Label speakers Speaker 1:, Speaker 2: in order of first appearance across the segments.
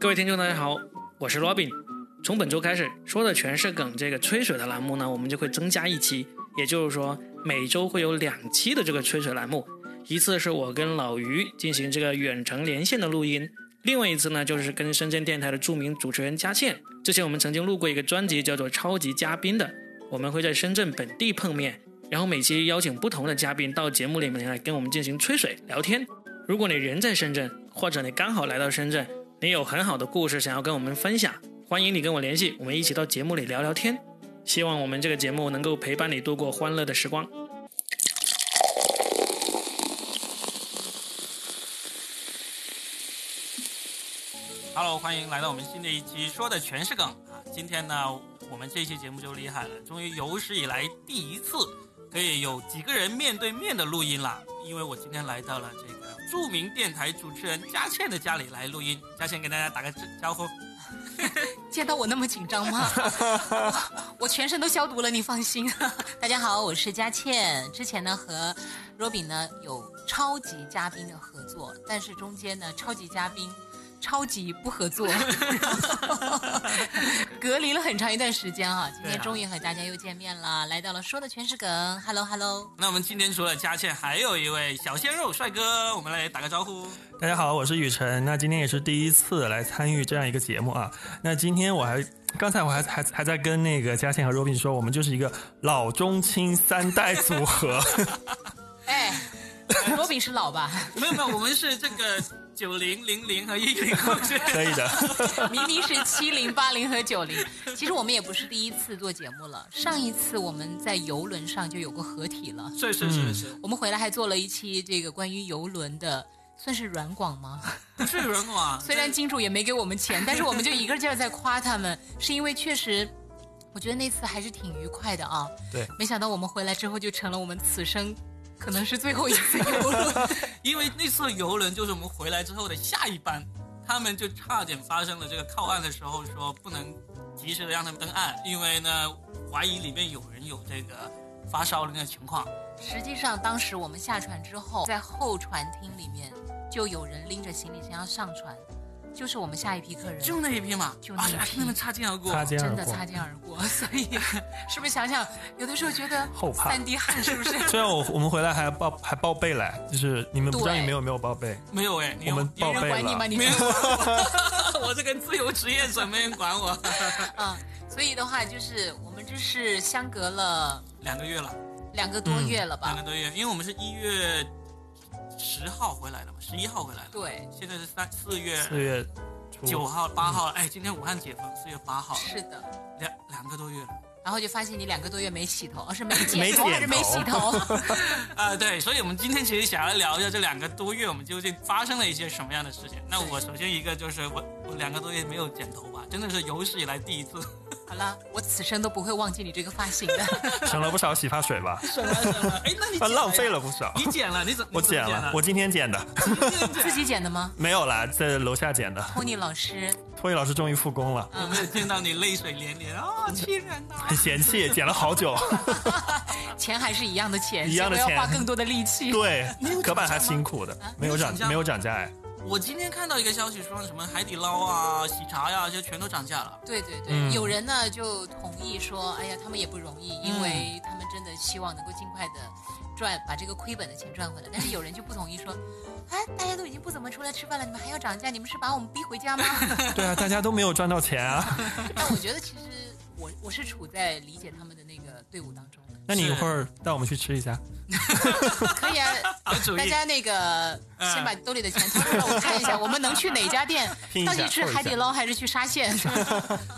Speaker 1: 各位听众，大家好，我是 Robin。从本周开始，说的全是梗这个吹水的栏目呢，我们就会增加一期，也就是说每周会有两期的这个吹水栏目，一次是我跟老于进行这个远程连线的录音，另外一次呢就是跟深圳电台的著名主持人佳倩，之前我们曾经录过一个专辑叫做《超级嘉宾》的，我们会在深圳本地碰面，然后每期邀请不同的嘉宾到节目里面来跟我们进行吹水聊天。如果你人在深圳，或者你刚好来到深圳，你有很好的故事想要跟我们分享，欢迎你跟我联系，我们一起到节目里聊聊天。希望我们这个节目能够陪伴你度过欢乐的时光。
Speaker 2: Hello，欢迎来到我们新的一期，说的全是梗啊！今天呢，我们这期节目就厉害了，终于有史以来第一次可以有几个人面对面的录音了。因为我今天来到了这个著名电台主持人佳倩的家里来录音。佳倩跟大家打个招呼。
Speaker 3: 见到我那么紧张 吗？我全身都消毒了，你放心。 大家好，我是佳倩。之前呢和 Robin 呢有超级嘉宾的合作，但是中间呢超级嘉宾超级不合作，然后 隔离了很长一段时间啊。今
Speaker 2: 对
Speaker 3: 天
Speaker 2: 啊
Speaker 3: 终于和大家又见面了，来到了说的全是梗。Hello Hello，
Speaker 2: 那我们今天除了佳倩，还有一位小鲜肉帅哥，我们来打个招呼。
Speaker 4: 大家好，我是雨辰。那今天也是第一次来参与这样一个节目啊。那今天我还，刚才我还还还在跟那个嘉倩和 Robin 说，我们就是一个老中青三代 组合。
Speaker 3: 哎，Robin 是老吧？
Speaker 2: 没有没有，我们是这个九零零零和一零 后之类的
Speaker 4: 可以的，
Speaker 3: 明明是七零、八零和九零，其实我们也不是第一次做节目了。上一次我们在游轮上就有过合体了，
Speaker 2: 是是是是，
Speaker 3: 我们回来还做了一期这个关于游轮的，算是软广吗？
Speaker 2: 不是软广，
Speaker 3: 虽然金主也没给我们钱，但是我们就一个劲儿在夸他们，是因为确实。我觉得那次还是挺愉快的啊！
Speaker 4: 对，
Speaker 3: 没想到我们回来之后就成了我们此生可能是最后一次游轮。
Speaker 2: 因为那次游轮就是我们回来之后的下一班，他们就差点发生了这个靠岸的时候说不能及时的让他们登岸，因为呢怀疑里面有人有这个发烧的那个情况。
Speaker 3: 实际上，当时我们下船之后，在候船厅里面就有人拎着行李箱要上船，就是我们下一批客人，
Speaker 2: 就那一批嘛，
Speaker 3: 就那
Speaker 2: 啊
Speaker 3: 一批，
Speaker 2: 他们擦肩而过。
Speaker 4: 擦肩而
Speaker 3: 真的
Speaker 4: 过。
Speaker 3: 擦肩而过。 所以，是不是想想，有的时候觉得
Speaker 4: 后怕
Speaker 3: 三滴汗是不 是？
Speaker 4: 虽然我我们回来还报还报备来，就是你们不知道
Speaker 3: 对
Speaker 4: 你们有没有报备？
Speaker 2: 没有哎，你有
Speaker 4: 我们报
Speaker 2: 有人
Speaker 4: 备
Speaker 3: 管你吗？
Speaker 4: 了。
Speaker 3: 你
Speaker 2: 没人管我，我这个自由职业者没人管我，
Speaker 3: 啊、所以的话，就是我们这是相隔了
Speaker 2: 两个月了，
Speaker 3: 两个多月了
Speaker 2: 两
Speaker 3: 吧？
Speaker 2: 个多月，因为我们是一月十号回来的嘛，十一号回来的，，
Speaker 3: 对，
Speaker 2: 现在是三四月
Speaker 4: 四月
Speaker 2: 九
Speaker 4: 初，
Speaker 2: 号、八号，哎，今天武汉解封，四月八号，
Speaker 3: 是的。
Speaker 2: 两两个多月了。
Speaker 3: 然后就发现你两个多月没洗头，哦，是没
Speaker 4: 没
Speaker 3: 剪头还是
Speaker 4: 剪
Speaker 3: 没洗头？
Speaker 2: 啊、对，所以我们今天其实想要聊一下这两个多月我们究竟发生了一些什么样的事情。那我首先一个就是我我两个多月没有剪头发，真的是有史以来第一 次。
Speaker 3: 好了，我此生都不会忘记你这个发型的。
Speaker 4: 省了不少洗发水 吧？
Speaker 2: 什么什么？哎，那你
Speaker 4: 啊，
Speaker 2: 剪
Speaker 4: 浪费
Speaker 2: 呀
Speaker 4: 了不少。
Speaker 2: 你剪了？你 怎
Speaker 4: 我
Speaker 2: 你怎么
Speaker 4: 剪
Speaker 2: 剪
Speaker 4: 了，我今天剪的，
Speaker 3: 自己剪的吗
Speaker 4: 没有啦，在楼下剪的。
Speaker 3: ？Tony 老师，
Speaker 4: 托尼老师终于复工了，
Speaker 2: 有没有见到你泪水连连啊、亲人呐、
Speaker 4: 很嫌弃，剪了 好久。
Speaker 3: 钱还是一样的钱，
Speaker 4: 一样的
Speaker 3: 结果要
Speaker 4: 钱
Speaker 3: 花更多的力气。
Speaker 4: 对，隔板还辛苦的
Speaker 3: 啊，
Speaker 4: 没有
Speaker 2: 你有
Speaker 4: 涨
Speaker 2: 涨价吗
Speaker 4: 没有涨价哎。
Speaker 2: 我今天看到一个消息说什么海底捞啊、喜茶呀、就全都涨价了。
Speaker 3: 对对对，
Speaker 4: 嗯
Speaker 3: 有人呢就同意说，哎呀，他们也不容易，因
Speaker 4: 嗯
Speaker 3: 为他们真的希望能够尽快的赚把这个亏本的钱赚回来。但是有人就不同意说，哎，大家都已经不怎么出来吃饭了，你们还要涨价，你们是把我们逼回 家吗？
Speaker 4: 对啊，大家都没有赚到钱 啊。
Speaker 3: 但我觉得其实我我是处在理解他们的那个队伍当中的，
Speaker 4: 那你一会儿带我们去吃一下，
Speaker 3: 可以啊。
Speaker 2: 好主
Speaker 3: 大
Speaker 2: 意，
Speaker 3: 家那个
Speaker 2: 嗯
Speaker 3: 先把兜里的钱掏出来，我看一下，我们能去哪家 店？
Speaker 4: 拼一
Speaker 3: 到
Speaker 4: 下
Speaker 3: 底去海底捞还是去沙县？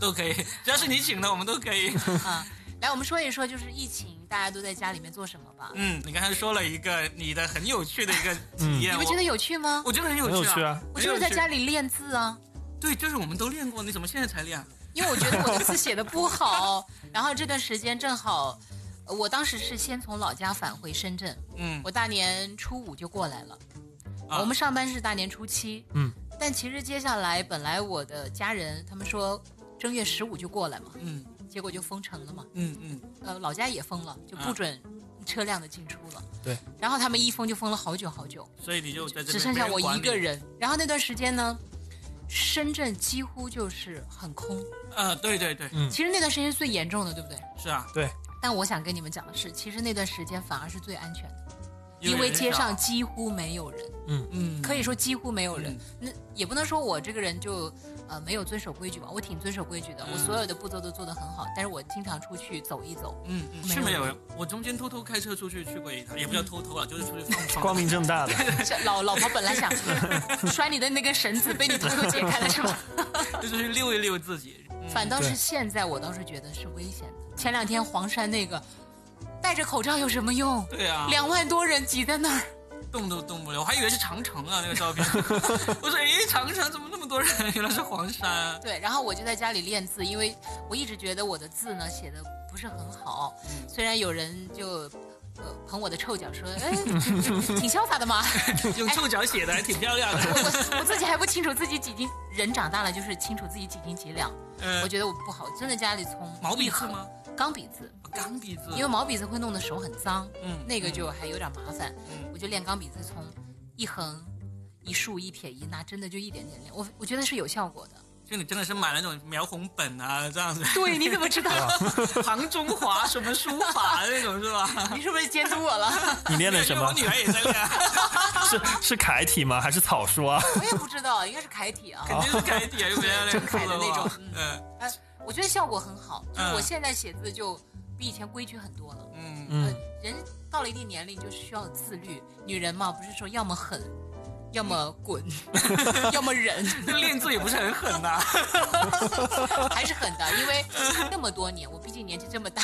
Speaker 2: 都可以，只要是你请的，我们都可 以。
Speaker 3: 啊，来，我们说一说，就是疫情，大家都在家里面做什么吧？
Speaker 2: 嗯，你刚才说了一个你的很有趣的一个体
Speaker 4: 嗯
Speaker 2: 验，
Speaker 3: 你们
Speaker 2: 我
Speaker 3: 觉得有趣吗？
Speaker 2: 我觉得很有
Speaker 4: 很有趣
Speaker 2: 趣啊，
Speaker 4: 啊。
Speaker 3: 我就是在家里练字啊，
Speaker 2: 对，就是我们都练过，你怎么现在才练？啊
Speaker 3: 因为我觉得我的字写的不好，然后这段时间正好，呃我当时是先从老家返回深圳，
Speaker 2: 嗯，
Speaker 3: 我大年初五就过来了，
Speaker 2: 啊
Speaker 3: 我们上班是大年初七，
Speaker 4: 嗯，
Speaker 3: 但其实接下来本来我的家人他们说正月十五就过来嘛，
Speaker 2: 嗯
Speaker 3: 结果就封城了嘛，
Speaker 2: 嗯嗯，
Speaker 3: 呃，老家也封了，就不准车辆的进出了。
Speaker 4: 对，
Speaker 3: 然后他们一封就封了好久好久，
Speaker 2: 所以你就在这边
Speaker 3: 只剩下
Speaker 2: 没
Speaker 3: 我
Speaker 2: 管
Speaker 3: 一个
Speaker 2: 理。
Speaker 3: 人。然后那段时间呢，深圳几乎就是很空。
Speaker 2: 呃，对对对，
Speaker 3: 其实那段时间是最严重的，对不对？
Speaker 2: 是啊，
Speaker 3: 但我想跟你们讲的是，其实那段时间反而是最安全的，
Speaker 2: 因
Speaker 3: 因为
Speaker 2: 人
Speaker 3: 街
Speaker 2: 少
Speaker 3: 上几乎没有人，
Speaker 2: 嗯
Speaker 3: 可
Speaker 2: 以
Speaker 3: 以说几乎没有人。那也不能说我这个人就呃没有遵守规矩吧，我挺遵守规矩的，我
Speaker 2: 嗯
Speaker 3: 所有的步骤都做得很好。但是我经常出去走一 走，
Speaker 2: 嗯嗯
Speaker 3: 没
Speaker 2: 是
Speaker 3: 有
Speaker 2: 没有
Speaker 3: 人嗯
Speaker 2: 人，我中间偷偷开车出去去过一趟，也不叫偷偷啊，就是出去放放。
Speaker 4: 光明正大 的，
Speaker 3: 老老婆本 来想甩你的那根绳子被你偷偷解开了是吧？
Speaker 2: 就是去溜一溜自己。嗯
Speaker 3: 反倒是
Speaker 4: 对
Speaker 3: 现在我倒是觉得是危险的。前两天黄山那个，戴着口罩有什么用？
Speaker 2: 对啊，
Speaker 3: 两万多人挤在那儿，
Speaker 2: 嗯动都动不了，我还以为是长城啊，那个 照片。我说，诶，长城怎么那么多人？原来是黄山啊。
Speaker 3: 对，然后我就在家里练字，因为我一直觉得我的字呢写的不是很好，
Speaker 2: 嗯
Speaker 3: 虽然有人就。呃，捧我的臭脚说， 哎，挺潇洒的嘛。
Speaker 2: 用
Speaker 3: 哎
Speaker 2: 臭脚写的还挺漂亮 的。
Speaker 3: 我我自己还不清楚自己几斤，人长大了就是清楚自己几斤几两。
Speaker 2: 呃
Speaker 3: 我，觉得我不好，真的家里从
Speaker 2: 毛笔
Speaker 3: 一
Speaker 2: 字
Speaker 3: 横
Speaker 2: 吗？啊
Speaker 3: 钢笔字，
Speaker 2: 钢笔字。
Speaker 3: 因为毛笔字会弄得手很脏，
Speaker 2: 嗯
Speaker 3: 那个就还有点麻烦。
Speaker 2: 嗯
Speaker 3: 我就练钢笔字，从一横、一竖、一撇、一捺，真的就一点点练。我我觉得是有效果的。
Speaker 2: 就你真的是买那种描红本啊，这样子，
Speaker 3: 对，你怎么 知道？
Speaker 2: 杭中华什么书法那种是 吧？
Speaker 3: 你是不是监督我了？
Speaker 4: 你练了什
Speaker 2: 因为我
Speaker 4: 么？
Speaker 2: 女儿也在 练，
Speaker 4: 是是楷体吗？还是草书 啊？
Speaker 3: 我也不知道，应该是楷体啊。
Speaker 2: 肯定是楷体啊，又不在练
Speaker 3: 正楷的那种
Speaker 2: 嗯
Speaker 3: 哎，我觉得效果很好，就是
Speaker 2: 嗯
Speaker 3: 我现在写字就比以前规矩很多了。 呃
Speaker 2: 嗯，
Speaker 4: 嗯，
Speaker 3: 人到了一定年龄就是需要自律，女人嘛，不是说要么狠，要么 滚，要么 忍。
Speaker 2: 这练字也不是很狠呐。
Speaker 3: 还是很的，因为那么多年，我毕竟年纪这么 大，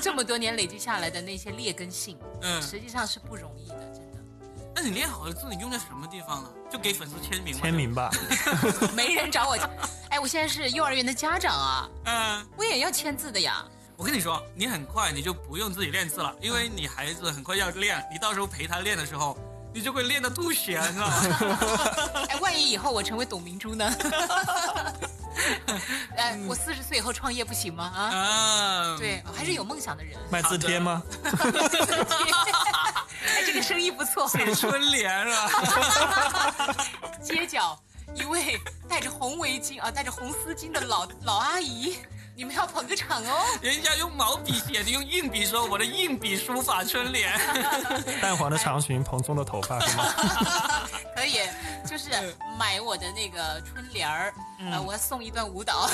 Speaker 3: 这么多年累积下来的那些劣根性，
Speaker 2: 嗯，
Speaker 3: 实际上是不容易的，真的，
Speaker 2: 那你练好了字，你用在什么地方呢？就给粉丝签名吗？
Speaker 4: 签。名吧，
Speaker 3: 没人找我。 哎，我现在是幼儿园的家长啊，
Speaker 2: 嗯，
Speaker 3: 我也要签字 的呀。
Speaker 2: 我跟你说，你很快你就不用自己练字了，因为你孩子很快要练，你到时候陪他练的时候，你就会练到吐血，你知道吗？
Speaker 3: 哎，万一以后我成为董明珠呢？ 哎，我四十岁以后创业不行吗？啊，
Speaker 2: 嗯，
Speaker 3: 对，我还是有梦想 的人。
Speaker 4: 卖字贴吗？
Speaker 3: 哎，这个生意不错，
Speaker 2: 春联是吧？
Speaker 3: 街角一位戴着红围巾啊，戴着红丝巾的老老阿姨，你们要捧个场哦。
Speaker 2: 人家用毛笔写，你用硬笔说我的硬笔书法春联。
Speaker 4: 淡黄的长裙，蓬松的头发是吗？
Speaker 3: 可以，就是
Speaker 2: 嗯
Speaker 3: 买我的那个春联儿，呃，我要送一段 舞蹈。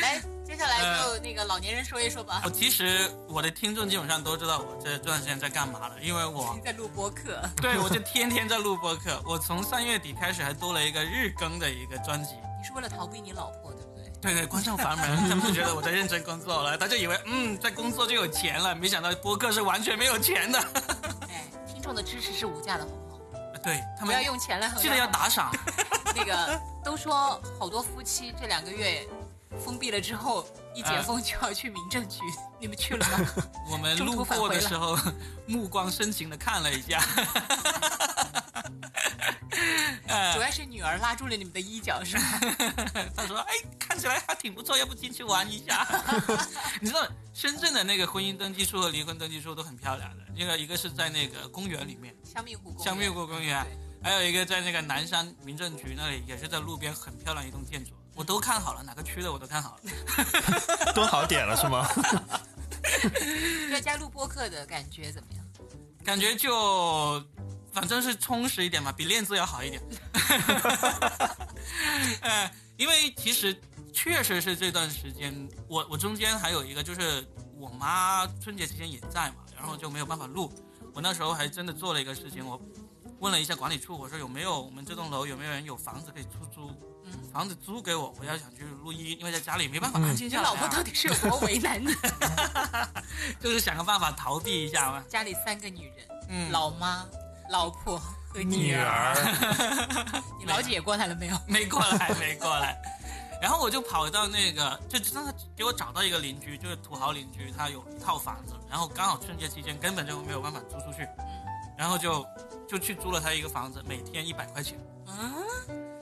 Speaker 3: 来，接下来就那个老年人说一说吧
Speaker 2: 我。哦其实我的听众基本上都知道我这段时间在干嘛了，因为我
Speaker 3: 在录播课，
Speaker 2: 对我就天天在录播客。我从三月底开始还多了一个日更的一个专辑。
Speaker 3: 你是为了逃避你老婆，对不对？
Speaker 2: 对对，关上房门，他们就觉得我在认真工作了，他就以为嗯，在工作就有钱了，没想到播客是完全没有钱的。
Speaker 3: 哎，听众的支持是无价的，好不好？
Speaker 2: 对嗯他
Speaker 3: 不
Speaker 2: 们
Speaker 3: 要用钱来衡量。
Speaker 2: 记得要打 赏，
Speaker 3: 那个，都说好多夫妻这两个月封闭了之后，一解封就要去民政局，
Speaker 2: 嗯
Speaker 3: 你们去了吗？
Speaker 2: 我们
Speaker 3: 中途
Speaker 2: 路
Speaker 3: 返
Speaker 2: 过
Speaker 3: 回了
Speaker 2: 的时候， 目光深情的看了一下。嗯
Speaker 3: 主要是女儿拉住了你们的衣角，是吧？
Speaker 2: 他说：“哎，看起来还挺不错，要不进去玩一 下？”你知道深圳的那个婚姻登记处和离婚登记处都很漂亮的，一个一个是在那个公园里面，
Speaker 3: 香蜜湖公园
Speaker 2: 香蜜湖公园，还有一个在那个南山民政局那里，也是在路边很漂亮一栋建筑，我都看好了，哪个区的我都看好了。
Speaker 4: 蹲好点了是吗？
Speaker 3: 在家录播客的感觉怎么样？
Speaker 2: 感觉就反正是充实一点嘛，比练字要好一点。 呃，因为其实确实是这段时间，我我中间还有一个就是我妈春节期间也在嘛，然后就没有办法录。我那时候还真的做了一个事情，我问了一下管理处，我说有没有我们这栋楼有没有人有房子可以出租？
Speaker 3: 嗯
Speaker 2: 房子租给我，我要想去录音，因为在家里没办法
Speaker 4: 嗯
Speaker 2: 安静
Speaker 3: 你
Speaker 2: 下来、啊。
Speaker 3: 老婆到底是有多为难你？
Speaker 2: 就是想个办法逃避一下嘛。
Speaker 3: 家里三个女人，
Speaker 2: 嗯，
Speaker 3: 老妈、老婆和女
Speaker 4: 女儿，
Speaker 3: 你老姐过来了没有？
Speaker 2: 没过来，没过来。然后我就跑到那个，就真的给我找到一个邻居，就是土豪邻居，他有一套房子，然后刚好春节期间根本就没有办法租出去，然后就就去租了他一个房子，每天一百块钱。
Speaker 3: 啊，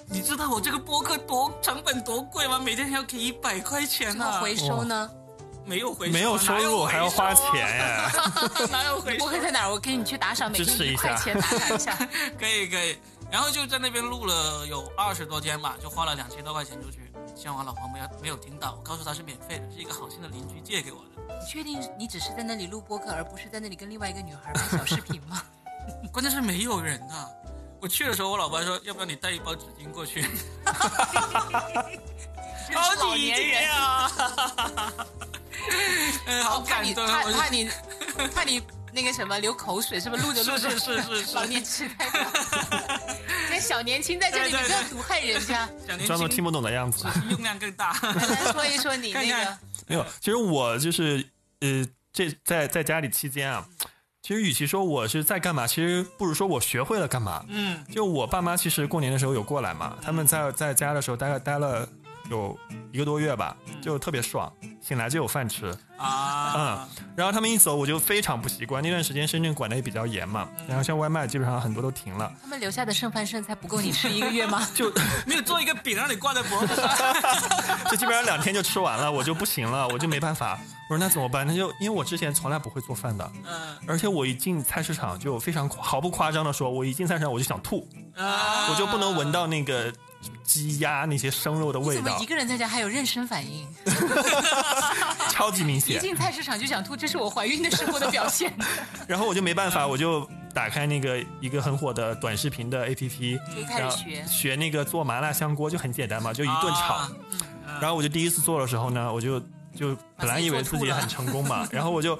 Speaker 2: 你知道我这个播客多成本多贵吗？每天要给一百块
Speaker 3: 怎
Speaker 2: 钱呢、啊
Speaker 3: 么回收呢？
Speaker 2: 没有回
Speaker 4: 没有收入还要花钱， 呀，
Speaker 2: 哪有回
Speaker 3: 你播客 在哪儿？我给你去打赏，每
Speaker 4: 支持
Speaker 3: 天
Speaker 4: 一
Speaker 3: 一
Speaker 4: 下
Speaker 3: 块钱打赏一下。
Speaker 2: 可以可以。然后就在那边录了有二十多天吧，就花了两千多块钱出去。希望我老婆没有没有听到，我告诉她是免费的，是一个好心的邻居借给我的。
Speaker 3: 你确定你只是在那里录播客，而不是在那里跟另外一个女孩拍小视频 吗？
Speaker 2: 关键是没有人啊！我去的时候，我老婆说要不要你带一包纸巾过去？
Speaker 3: 老
Speaker 2: 超级
Speaker 3: 年
Speaker 2: 姐
Speaker 3: 人，
Speaker 2: 啊！ 嗯，好
Speaker 3: 怕
Speaker 2: 感
Speaker 3: 你
Speaker 2: 动
Speaker 3: 怕
Speaker 2: 啊！我
Speaker 3: 怕你 怕你那个什么流口水，是不是录着录
Speaker 2: 是
Speaker 3: 着
Speaker 2: 是是是是，
Speaker 3: 老年痴呆 了？那小年轻在这里，
Speaker 2: 对对
Speaker 3: 你不要
Speaker 2: 对
Speaker 3: 毒害人家。
Speaker 2: 小年
Speaker 4: 装作
Speaker 2: 轻
Speaker 4: 听不懂的样子。
Speaker 2: 用量更大。
Speaker 3: 来说一说你那
Speaker 2: 看
Speaker 3: 个
Speaker 2: 看，
Speaker 4: 没有，其实我就是呃，这在在家里期间啊，其实与其说我是在干嘛，其实不如说我学会了干嘛。
Speaker 2: 嗯，
Speaker 4: 就我爸妈其实过年的时候有过来嘛，他们在在家的时候大概待了有一个多月吧，就特别爽，醒来就有饭吃。
Speaker 2: 啊，
Speaker 4: 然后他们一走，我就非常不习惯。那段时间深圳管的也比较严嘛，然后像外卖基本上很多都停了，
Speaker 3: 他们留下的剩饭剩菜不够你吃一个月 吗？
Speaker 4: 就
Speaker 2: 没有做一个饼让你挂在脖子上，
Speaker 4: 就基本上两天就吃完了，我就不行了，我就没办法。我说那怎么办？那就因为我之前从来不会做饭的，
Speaker 2: 嗯
Speaker 4: 而且我一进菜市场就非常毫不夸张的说，我一进菜市场我就想吐，
Speaker 2: 啊，
Speaker 4: 我就不能闻到那个鸡鸭那些生肉的
Speaker 3: 你
Speaker 4: 味
Speaker 3: 怎么
Speaker 4: 道
Speaker 3: 一，个人在家还有妊娠反应？
Speaker 4: 超级明
Speaker 3: 一
Speaker 4: 显。
Speaker 3: 进菜市场就想吐，这是我怀孕的时候的表 现。
Speaker 4: 然后我就没办法，我就打开那个一个很火的短视频的 APP，
Speaker 3: 就开始
Speaker 4: 然后
Speaker 3: 学
Speaker 4: 学那个做麻辣香锅，就很简单嘛，就一顿炒
Speaker 2: 啊。
Speaker 4: 然后我就第一次做的时候呢，我就就本来以为自己很成功嘛，然后我就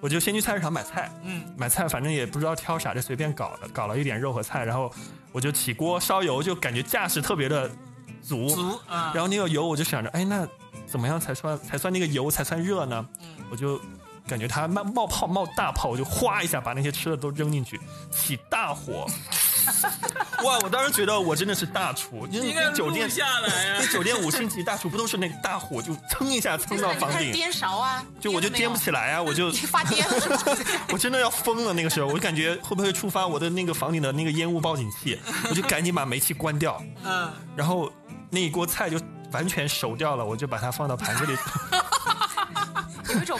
Speaker 4: 我就先去菜市场买菜，
Speaker 2: 嗯，
Speaker 4: 买菜反正也不知道挑啥，就随便搞了搞了一点肉和菜，然后我就起锅烧油，就感觉架势特别的足。
Speaker 2: 足啊，
Speaker 4: 然后那个油我就想着，哎，那怎么样才算才算那个油才算热呢？我就感觉它冒冒泡冒大泡，我就哗一下把那些吃的都扔进去，起大火。哇！我当时觉得我真的是大厨，因为
Speaker 2: 应该
Speaker 4: 那酒店
Speaker 2: 录下来啊
Speaker 4: 那酒店五星级大厨不都是那个大火就蹭一下蹭
Speaker 3: 就
Speaker 4: 到
Speaker 3: 是你
Speaker 4: 房
Speaker 3: 开始
Speaker 4: 顶，
Speaker 3: 颠勺啊，
Speaker 4: 啊就我就颠不起
Speaker 3: 来，
Speaker 4: 来啊！我就
Speaker 3: 你发颠了是吧？
Speaker 4: 我真的要疯了，那个时候我就感觉会不会触发我的那个房顶的那个烟雾报警 器，我就赶紧把煤气关掉，
Speaker 2: 嗯，
Speaker 4: 然后那一锅菜就完全熟掉了，我就把它放到盘子里。
Speaker 3: 有一种